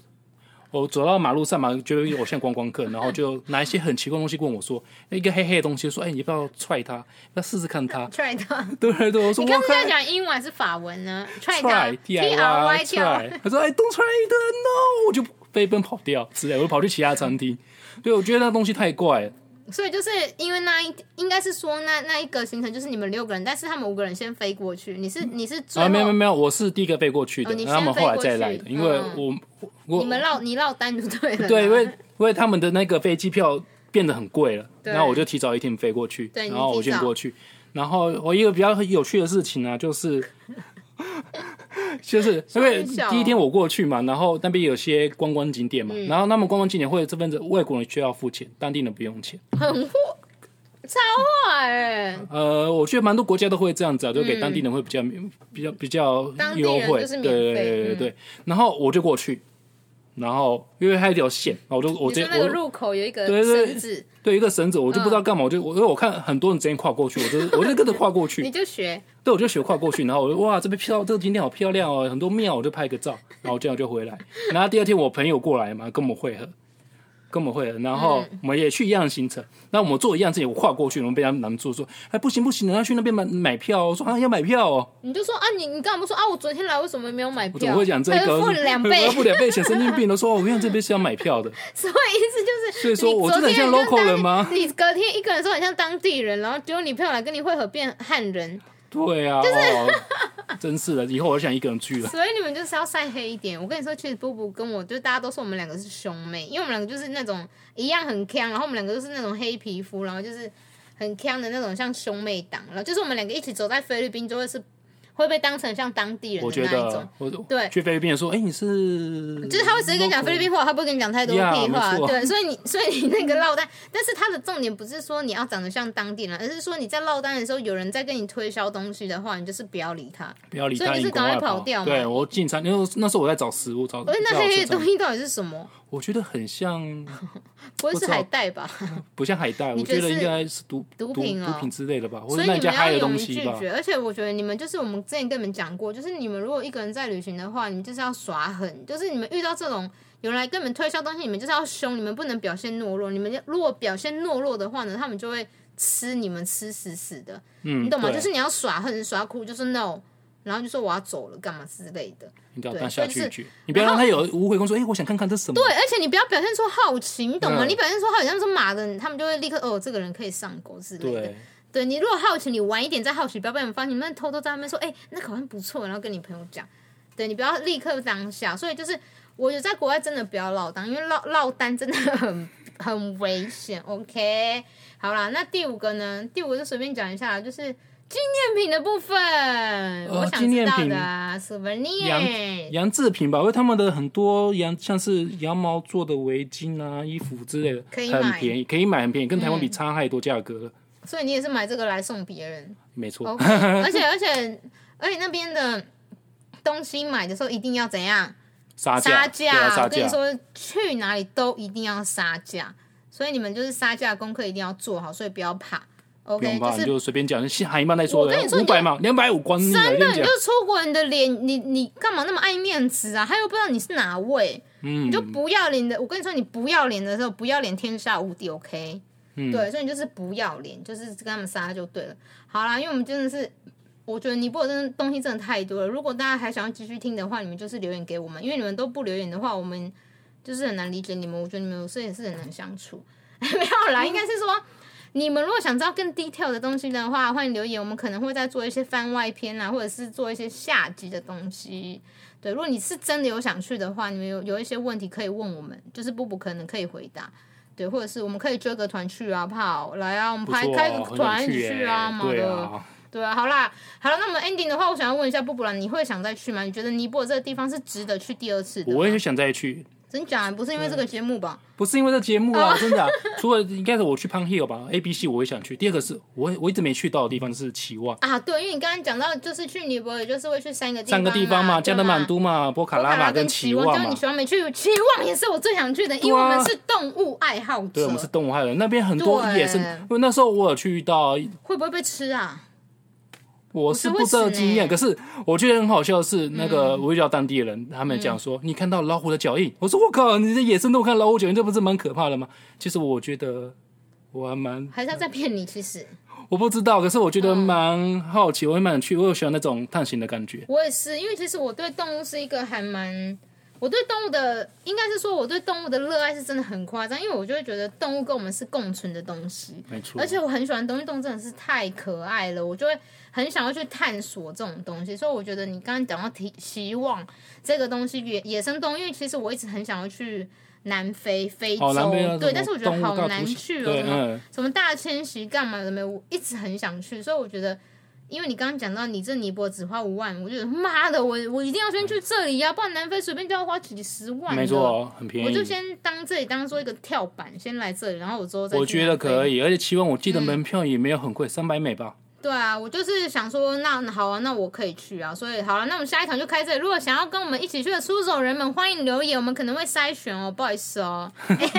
[SPEAKER 2] 我走到马路上嘛，觉得我像观光客，然后就拿一些很奇怪的东西问我说，一个黑黑的东西，说，哎、你要不要踹它，要不要试试看它？
[SPEAKER 1] ，try 到。
[SPEAKER 2] 对对对，我说
[SPEAKER 1] 你
[SPEAKER 2] 我
[SPEAKER 1] 刚
[SPEAKER 2] 要
[SPEAKER 1] 刚
[SPEAKER 2] 看
[SPEAKER 1] 在。讲英文还是法文呢？try 到
[SPEAKER 2] try
[SPEAKER 1] T
[SPEAKER 2] D
[SPEAKER 1] R
[SPEAKER 2] I
[SPEAKER 1] Y
[SPEAKER 2] Y
[SPEAKER 1] 跳。
[SPEAKER 2] try，他说哎 don't try it no，我就飞奔跑掉之类，我就跑去其他餐厅。对，我觉得那东西太怪了。
[SPEAKER 1] 所以就是因为那一应该是说那那一个行程就是你们六个人，但是他们五个人先飞过去，你是你是最
[SPEAKER 2] 啊，
[SPEAKER 1] 后
[SPEAKER 2] 没有没有没有，我是第一个飞过去的，
[SPEAKER 1] 哦你
[SPEAKER 2] 然后他们
[SPEAKER 1] 先飞
[SPEAKER 2] 后来
[SPEAKER 1] 过
[SPEAKER 2] 再
[SPEAKER 1] 去
[SPEAKER 2] 来的，因
[SPEAKER 1] 嗯
[SPEAKER 2] 为我我
[SPEAKER 1] 你们
[SPEAKER 2] 我
[SPEAKER 1] 落你落单就对了啦。
[SPEAKER 2] 对，因为因为他们的那个飞机票变得很贵了，
[SPEAKER 1] 对
[SPEAKER 2] 然后我就提早一天飞过去，
[SPEAKER 1] 对你
[SPEAKER 2] 然后我
[SPEAKER 1] 提
[SPEAKER 2] 先
[SPEAKER 1] 早
[SPEAKER 2] 过去。然后我一个比较有趣的事情啊，就是 就是因为
[SPEAKER 1] 笑
[SPEAKER 2] 第一天我过去嘛，然后那边有些观光景点嘛，
[SPEAKER 1] 嗯
[SPEAKER 2] 然后他们观光景点会这边的外国人需要付钱，当地人不用钱。
[SPEAKER 1] 很坏，超坏哎、
[SPEAKER 2] 呃，我觉得蛮多国家都会这样子啊，就给当地人会比较、比较比较
[SPEAKER 1] 嗯当地人
[SPEAKER 2] 优惠，
[SPEAKER 1] 就是
[SPEAKER 2] 对
[SPEAKER 1] 免费嗯
[SPEAKER 2] 对对对对对。然后我就过去，然后因为它有条线，然后我就我
[SPEAKER 1] 你
[SPEAKER 2] 直
[SPEAKER 1] 说
[SPEAKER 2] 接
[SPEAKER 1] 那个嗯
[SPEAKER 2] 我
[SPEAKER 1] 入口有一个
[SPEAKER 2] 对对
[SPEAKER 1] 绳 子，
[SPEAKER 2] 对一个绳子，我就不知道干嘛，我就我因为我看很多人直接跨过去，我就我就跟着跨过
[SPEAKER 1] 你
[SPEAKER 2] 去，
[SPEAKER 1] 就学。
[SPEAKER 2] 对，我就学跨过去，然后我就哇这边漂这个景点好漂亮哦，很多庙，我就拍个照，然后这样就回来。然后第二天我朋友过来嘛，跟我们会合。跟我们会合，然后
[SPEAKER 1] 嗯
[SPEAKER 2] 我们也去一样的行程，那我们做一样事情，我跨过去，我们被他们拦住说：“哎，不行不行，你要去那边买买票、哦。”我说：“啊，要买票哦。”
[SPEAKER 1] 你就说啊，你你干嘛不说啊？我昨天来为什么没有买票？
[SPEAKER 2] 怎么会讲这
[SPEAKER 1] 还
[SPEAKER 2] 个？
[SPEAKER 1] 付了两
[SPEAKER 2] 我
[SPEAKER 1] 倍
[SPEAKER 2] 要， 付两倍钱，神经病都说，哦我用这边是要买票的。
[SPEAKER 1] 什么意思？就是
[SPEAKER 2] 所以说
[SPEAKER 1] 你
[SPEAKER 2] 我真的很像
[SPEAKER 1] 昨天跟
[SPEAKER 2] local
[SPEAKER 1] 当
[SPEAKER 2] 人吗
[SPEAKER 1] 你隔天一个人说很像当地人，然后只有你朋友来跟你会合变汉 人，
[SPEAKER 2] 对啊，哦，真是的，以后我想一个 人去了。
[SPEAKER 1] 所以你们就是要晒黑一点。我跟你说，其实布布跟我就大家都说我们两个是兄妹，因为我们两个就是那种一样很强，然后我们两个都是那种黑皮肤，然后就是很强的那种像兄妹党，然后就是我们两个一起走在菲律宾就会是会被当成像当地人
[SPEAKER 2] 我
[SPEAKER 1] 的
[SPEAKER 2] 觉
[SPEAKER 1] 那一种
[SPEAKER 2] 得。，我
[SPEAKER 1] 对
[SPEAKER 2] 去菲律宾的说，哎，你是
[SPEAKER 1] 就是他会直接跟你讲菲律宾话，他不会跟你讲太多
[SPEAKER 2] 呀
[SPEAKER 1] 屁话
[SPEAKER 2] 没错
[SPEAKER 1] 对，所以你所以你那个落单，但是他的重点不是说你要长得像当地人，而是说你在落单的时候，有人在跟你推销东西的话，你就是不要理他。
[SPEAKER 2] 不要理
[SPEAKER 1] 所以
[SPEAKER 2] 他，
[SPEAKER 1] 你是
[SPEAKER 2] 你赶
[SPEAKER 1] 赶
[SPEAKER 2] 快
[SPEAKER 1] 快跑掉嘛
[SPEAKER 2] 对我进餐，因为那时候我在找食物，找
[SPEAKER 1] 我觉得那黑黑的
[SPEAKER 2] 找
[SPEAKER 1] 东西到底是什么？
[SPEAKER 2] 我觉得 很像，
[SPEAKER 1] 不会
[SPEAKER 2] 不
[SPEAKER 1] 是
[SPEAKER 2] 知道
[SPEAKER 1] 海带吧？
[SPEAKER 2] 不像海带，我
[SPEAKER 1] 你觉得
[SPEAKER 2] 觉得应
[SPEAKER 1] 是
[SPEAKER 2] 该是毒
[SPEAKER 1] 毒
[SPEAKER 2] 毒
[SPEAKER 1] 品哦
[SPEAKER 2] 毒品之类的吧，或
[SPEAKER 1] 所
[SPEAKER 2] 者
[SPEAKER 1] 以
[SPEAKER 2] 那
[SPEAKER 1] 你
[SPEAKER 2] 家
[SPEAKER 1] 们要
[SPEAKER 2] 嗨的
[SPEAKER 1] 勇于
[SPEAKER 2] 东
[SPEAKER 1] 拒
[SPEAKER 2] 西吧。
[SPEAKER 1] 绝，而且我觉得你们就是我们之前跟你们讲过，就是你们如果一个人在旅行的话，你们就是要耍狠，就是你们遇到这种有人来跟你们推销东西，你们就是要凶，你们不能表现懦弱。你们要如果表现懦弱的话呢，他们就会吃你们吃死死的，
[SPEAKER 2] 嗯，
[SPEAKER 1] 你懂吗？
[SPEAKER 2] 对
[SPEAKER 1] 就是你要耍狠耍酷，就是 no，然后就说我要走了干嘛之类的。
[SPEAKER 2] 你要
[SPEAKER 1] 对
[SPEAKER 2] 当
[SPEAKER 1] 所
[SPEAKER 2] 下
[SPEAKER 1] 以
[SPEAKER 2] 拒
[SPEAKER 1] 就是
[SPEAKER 2] 绝，你不要让他有无回公说，哎，我想看看这是什么。
[SPEAKER 1] 对，而且你不要表现出好奇，你懂吗？
[SPEAKER 2] 嗯
[SPEAKER 1] 你表现出好奇，他们说马的，他们就会立刻哦，这个人可以上钩之类的。
[SPEAKER 2] 对，
[SPEAKER 1] 对你如果好奇，你晚一点再好奇，不要被人发现。你们偷偷在那边说，哎、那个好像不错，然后跟你朋友讲。对你不要立刻当下，所以就是我觉得在国外真的不要落单，因为落落单真的很很危险。OK，好啦，那第五个呢？第五个就随便讲一下啦，就是纪念品的部分。我想
[SPEAKER 2] 哦纪
[SPEAKER 1] 知
[SPEAKER 2] 念
[SPEAKER 1] 道
[SPEAKER 2] 品
[SPEAKER 1] 的啊
[SPEAKER 2] 羊
[SPEAKER 1] ，souvenir。
[SPEAKER 2] 羊制品吧，因为他们的很多羊像是羊毛做的围巾啊、衣服之类的，
[SPEAKER 1] 可以
[SPEAKER 2] 很
[SPEAKER 1] 买嗯
[SPEAKER 2] 便宜，可以买很便宜，跟台湾比差太多价格了。
[SPEAKER 1] 所以你也是买这个来送别人。
[SPEAKER 2] 没错，
[SPEAKER 1] OK，而且而且而且那边的东西买的时候一定要怎样？
[SPEAKER 2] 杀
[SPEAKER 1] 杀
[SPEAKER 2] 价，对啊
[SPEAKER 1] 我
[SPEAKER 2] 杀
[SPEAKER 1] 跟你
[SPEAKER 2] 价。
[SPEAKER 1] 说，去哪里都一定要杀价，所以你们就是杀价功课一定要做好，所以不要怕。
[SPEAKER 2] 不
[SPEAKER 1] OK，
[SPEAKER 2] 用怕，
[SPEAKER 1] 就
[SPEAKER 2] 你
[SPEAKER 1] 是
[SPEAKER 2] 就随便讲，先喊一半再说
[SPEAKER 1] 我跟你说
[SPEAKER 2] 五
[SPEAKER 1] 你就
[SPEAKER 2] 百嘛，两百五光你了，
[SPEAKER 1] 真
[SPEAKER 2] 我
[SPEAKER 1] 的，
[SPEAKER 2] 跟
[SPEAKER 1] 你
[SPEAKER 2] 你讲
[SPEAKER 1] 就，出国人的脸，你你干嘛那么爱面子啊？还有不知道你是哪位，你
[SPEAKER 2] 嗯
[SPEAKER 1] 就不要脸的。我跟你说，你不要脸的时候，不要脸天下无敌。OK，、
[SPEAKER 2] 嗯，
[SPEAKER 1] 对，所以你就是不要脸，就是跟他们杀就对了。好啦，因为我们真的是，我觉得尼泊尔真的东西真的太多了。如果大家还想要继续听的话，你们就是留言给我们，因为你们都不留言的话，我们就是很难理解你们。我觉得你们有时候也是很难相处。 没有啦，应该是说。你们如果想知道更 detail 的东西的话，欢迎留言，我们可能会再做一些番外篇啊，或者是做一些下集的东西。对，如果你是真的有想去的话，你们有有一些问题可以问我们，就是布布可能可以回答。对，或者是我们可以追个团去啊，好不好？来啊，我们
[SPEAKER 2] 不
[SPEAKER 1] 排
[SPEAKER 2] 错哦
[SPEAKER 1] 开个
[SPEAKER 2] 很
[SPEAKER 1] 团
[SPEAKER 2] 有
[SPEAKER 1] 一起
[SPEAKER 2] 趣
[SPEAKER 1] 去
[SPEAKER 2] 耶
[SPEAKER 1] 啊，妈
[SPEAKER 2] 对
[SPEAKER 1] 的，
[SPEAKER 2] 啊，
[SPEAKER 1] 对啊，好啦，好了，那我们 ending 的话，我想要问一下布布兰，你会想再去吗？你觉得尼泊尔这个地方是值得去第二次的吗？
[SPEAKER 2] 我也想再去，
[SPEAKER 1] 真假？不是因为这个节目吧？
[SPEAKER 2] 不是因为这节目 啊，真的啊、除了应该是我去 Pang Hill 吧，A B C 我也想去。第二个是我我一直没去到的地方是奇望，
[SPEAKER 1] 啊，对，因为你刚刚讲到，就是去尼泊尔，就是会去三个地方啊
[SPEAKER 2] 三
[SPEAKER 1] 嘛，
[SPEAKER 2] 个地方嘛，加德满都嘛，波卡
[SPEAKER 1] 对嘛、布
[SPEAKER 2] 拉
[SPEAKER 1] 卡
[SPEAKER 2] 嘛
[SPEAKER 1] 拉跟
[SPEAKER 2] 奇
[SPEAKER 1] 望，
[SPEAKER 2] 望
[SPEAKER 1] 就是你
[SPEAKER 2] 嘛。
[SPEAKER 1] 喜欢没去，期望也是我最想去的，因为
[SPEAKER 2] 对
[SPEAKER 1] 我
[SPEAKER 2] 啊
[SPEAKER 1] 们是动物爱好者，
[SPEAKER 2] 对，我们是动物害人，那边很多
[SPEAKER 1] 对
[SPEAKER 2] 野生。因为那时候我有去遇到，
[SPEAKER 1] 会不会被吃啊？
[SPEAKER 2] 我是不知道经验，
[SPEAKER 1] 我
[SPEAKER 2] 可是我觉得很好笑的是，那个
[SPEAKER 1] 嗯
[SPEAKER 2] 我遇到当地的人，他们讲说，你看到老虎的脚印，我说我靠，你这野生动物看老虎脚印，这不是蛮可怕的吗？其实我觉得我还蛮
[SPEAKER 1] 还是他在骗你？其实
[SPEAKER 2] 我不知道，可是我
[SPEAKER 1] 嗯
[SPEAKER 2] 觉得蛮好奇，我也蛮有趣，我有喜欢那种探险的感觉。
[SPEAKER 1] 我也是，因为其实我对动物是一个还蛮。我对动物的，应该是说我对动物的热爱是真的很夸张，因为我就会觉得动物跟我们是共存的东西，
[SPEAKER 2] 没错，
[SPEAKER 1] 而且我很喜欢东西动物真的是太可爱了，我就会很想要去探索这种东西。所以我觉得你刚刚讲到提希望这个东西野野生动物，因为其实我一直很想要去南非、非洲，
[SPEAKER 2] 哦南非啊
[SPEAKER 1] 对，
[SPEAKER 2] 什么
[SPEAKER 1] 但是我觉得
[SPEAKER 2] 动物
[SPEAKER 1] 好
[SPEAKER 2] 大
[SPEAKER 1] 难
[SPEAKER 2] 屠杀
[SPEAKER 1] 去哦，
[SPEAKER 2] 对
[SPEAKER 1] 什么、
[SPEAKER 2] 嗯
[SPEAKER 1] 什么大迁徙干嘛的没有，我一直很想去。所以我觉得，因为你刚刚讲到你这尼泊尔只花五万，我就觉得妈的，我我一定要先去这里呀、不然南非随便就要花几十万的。
[SPEAKER 2] 没错，很便宜。
[SPEAKER 1] 我就先当这里当做一个跳板，先来这里，然后我之嗯后再去
[SPEAKER 2] 我觉得
[SPEAKER 1] 南非
[SPEAKER 2] 可以，而且期望我记得门票也没有很贵，三百美吧。
[SPEAKER 1] 对啊，我就是想说，那好啊，那我可以去啊，所以好了、那我们下一场就开这里。如果想要跟我们一起去的出走人们，欢迎留言，我们可能会筛选哦，不好意思哦。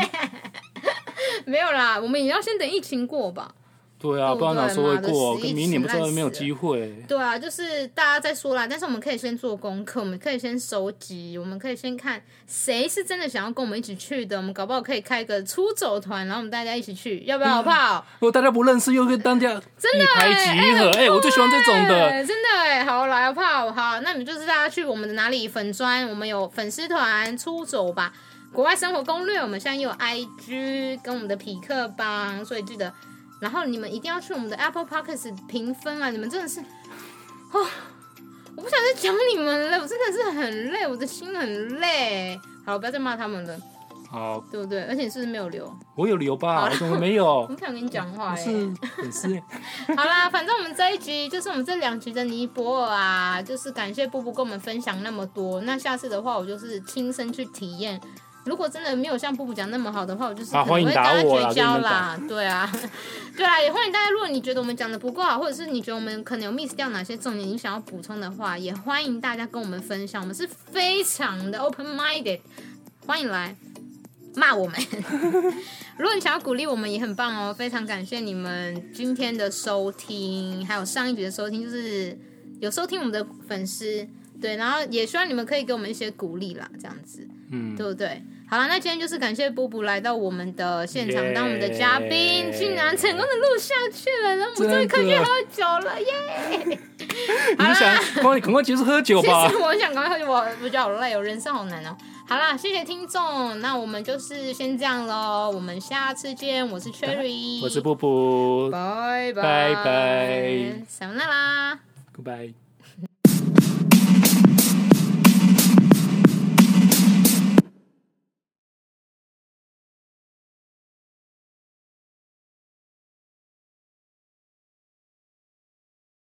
[SPEAKER 1] 没有啦，我们也要先等疫情过吧。
[SPEAKER 2] 对啊，
[SPEAKER 1] 对
[SPEAKER 2] 不然哪时候会过？
[SPEAKER 1] 妈的
[SPEAKER 2] 跟明年不知
[SPEAKER 1] 疫
[SPEAKER 2] 道
[SPEAKER 1] 情
[SPEAKER 2] 有没有
[SPEAKER 1] 烂死了
[SPEAKER 2] 机会。
[SPEAKER 1] 对啊，就是大家再说啦，但是我们可以先做功课，我们可以先收集，我们可以先看谁是真的想要跟我们一起去的，我们搞不好可以开一个出走团，然后我们大家一起去，要不要？好不好？
[SPEAKER 2] 如果大家不认识，又跟当家真的排挤和，哎，我最喜欢这种的。
[SPEAKER 1] 对，真的哎，好来好不好？好，那你们就是大家去我们的哪里粉砖，我们有粉丝团出走吧，国外生活攻略，我们现在也有 IG 跟我们的匹克帮，所以记得，然后你们一定要去我们的 Apple Podcast 评分啊！你们真的是，哦，我不想再讲你们了，我真的是很累，我的心很累。好，不要再骂他们了，
[SPEAKER 2] 好，
[SPEAKER 1] 对不对？而且你是不是没有留？
[SPEAKER 2] 我有理由吧？
[SPEAKER 1] 好
[SPEAKER 2] 我怎么没有
[SPEAKER 1] 我？不想跟你讲话、
[SPEAKER 2] 我
[SPEAKER 1] 欸，
[SPEAKER 2] 是粉丝，
[SPEAKER 1] 好啦，反正我们这一集就是我们这两集的尼泊尔啊，就是感谢布布跟我们分享那么多。那下次的话，我就是亲身去体验。如果真的没有像布布讲那么好的话，我就是可能
[SPEAKER 2] 啊
[SPEAKER 1] 会
[SPEAKER 2] 欢迎
[SPEAKER 1] 大
[SPEAKER 2] 打
[SPEAKER 1] 家
[SPEAKER 2] 我啦
[SPEAKER 1] 绝交
[SPEAKER 2] 跟你们
[SPEAKER 1] 啦。对啊，对啊，也欢迎大家。如果你觉得我们讲的不够好，或者是你觉得我们可能有 miss 掉哪些重点，你想要补充的话，也欢迎大家跟我们分享。我们是非常的 open minded，欢迎来骂我们。如果你想要鼓励我们，也很棒哦，非常感谢你们今天的收听，还有上一集的收听，就是有收听我们的粉丝，对，然后也希望你们可以给我们一些鼓励啦，这样子，
[SPEAKER 2] 嗯，
[SPEAKER 1] 对不对？好了，那今天就是感谢布布来到我们的现场
[SPEAKER 2] Yeah
[SPEAKER 1] 当我们的嘉宾，竟然成功的录下去了，然后我们终于可以去喝酒了耶！
[SPEAKER 2] 你就想赶快赶快结束喝酒
[SPEAKER 1] 其
[SPEAKER 2] 吧
[SPEAKER 1] 实。我想赶快喝酒，我比较累，我人生好难哦。好啦，谢谢听众，那我们就是先这样喽，我们下次见， 我是 Cherry，
[SPEAKER 2] 我是布布
[SPEAKER 1] 拜拜
[SPEAKER 2] 拜拜
[SPEAKER 1] ，Sayonara。
[SPEAKER 2] ，Goodbye。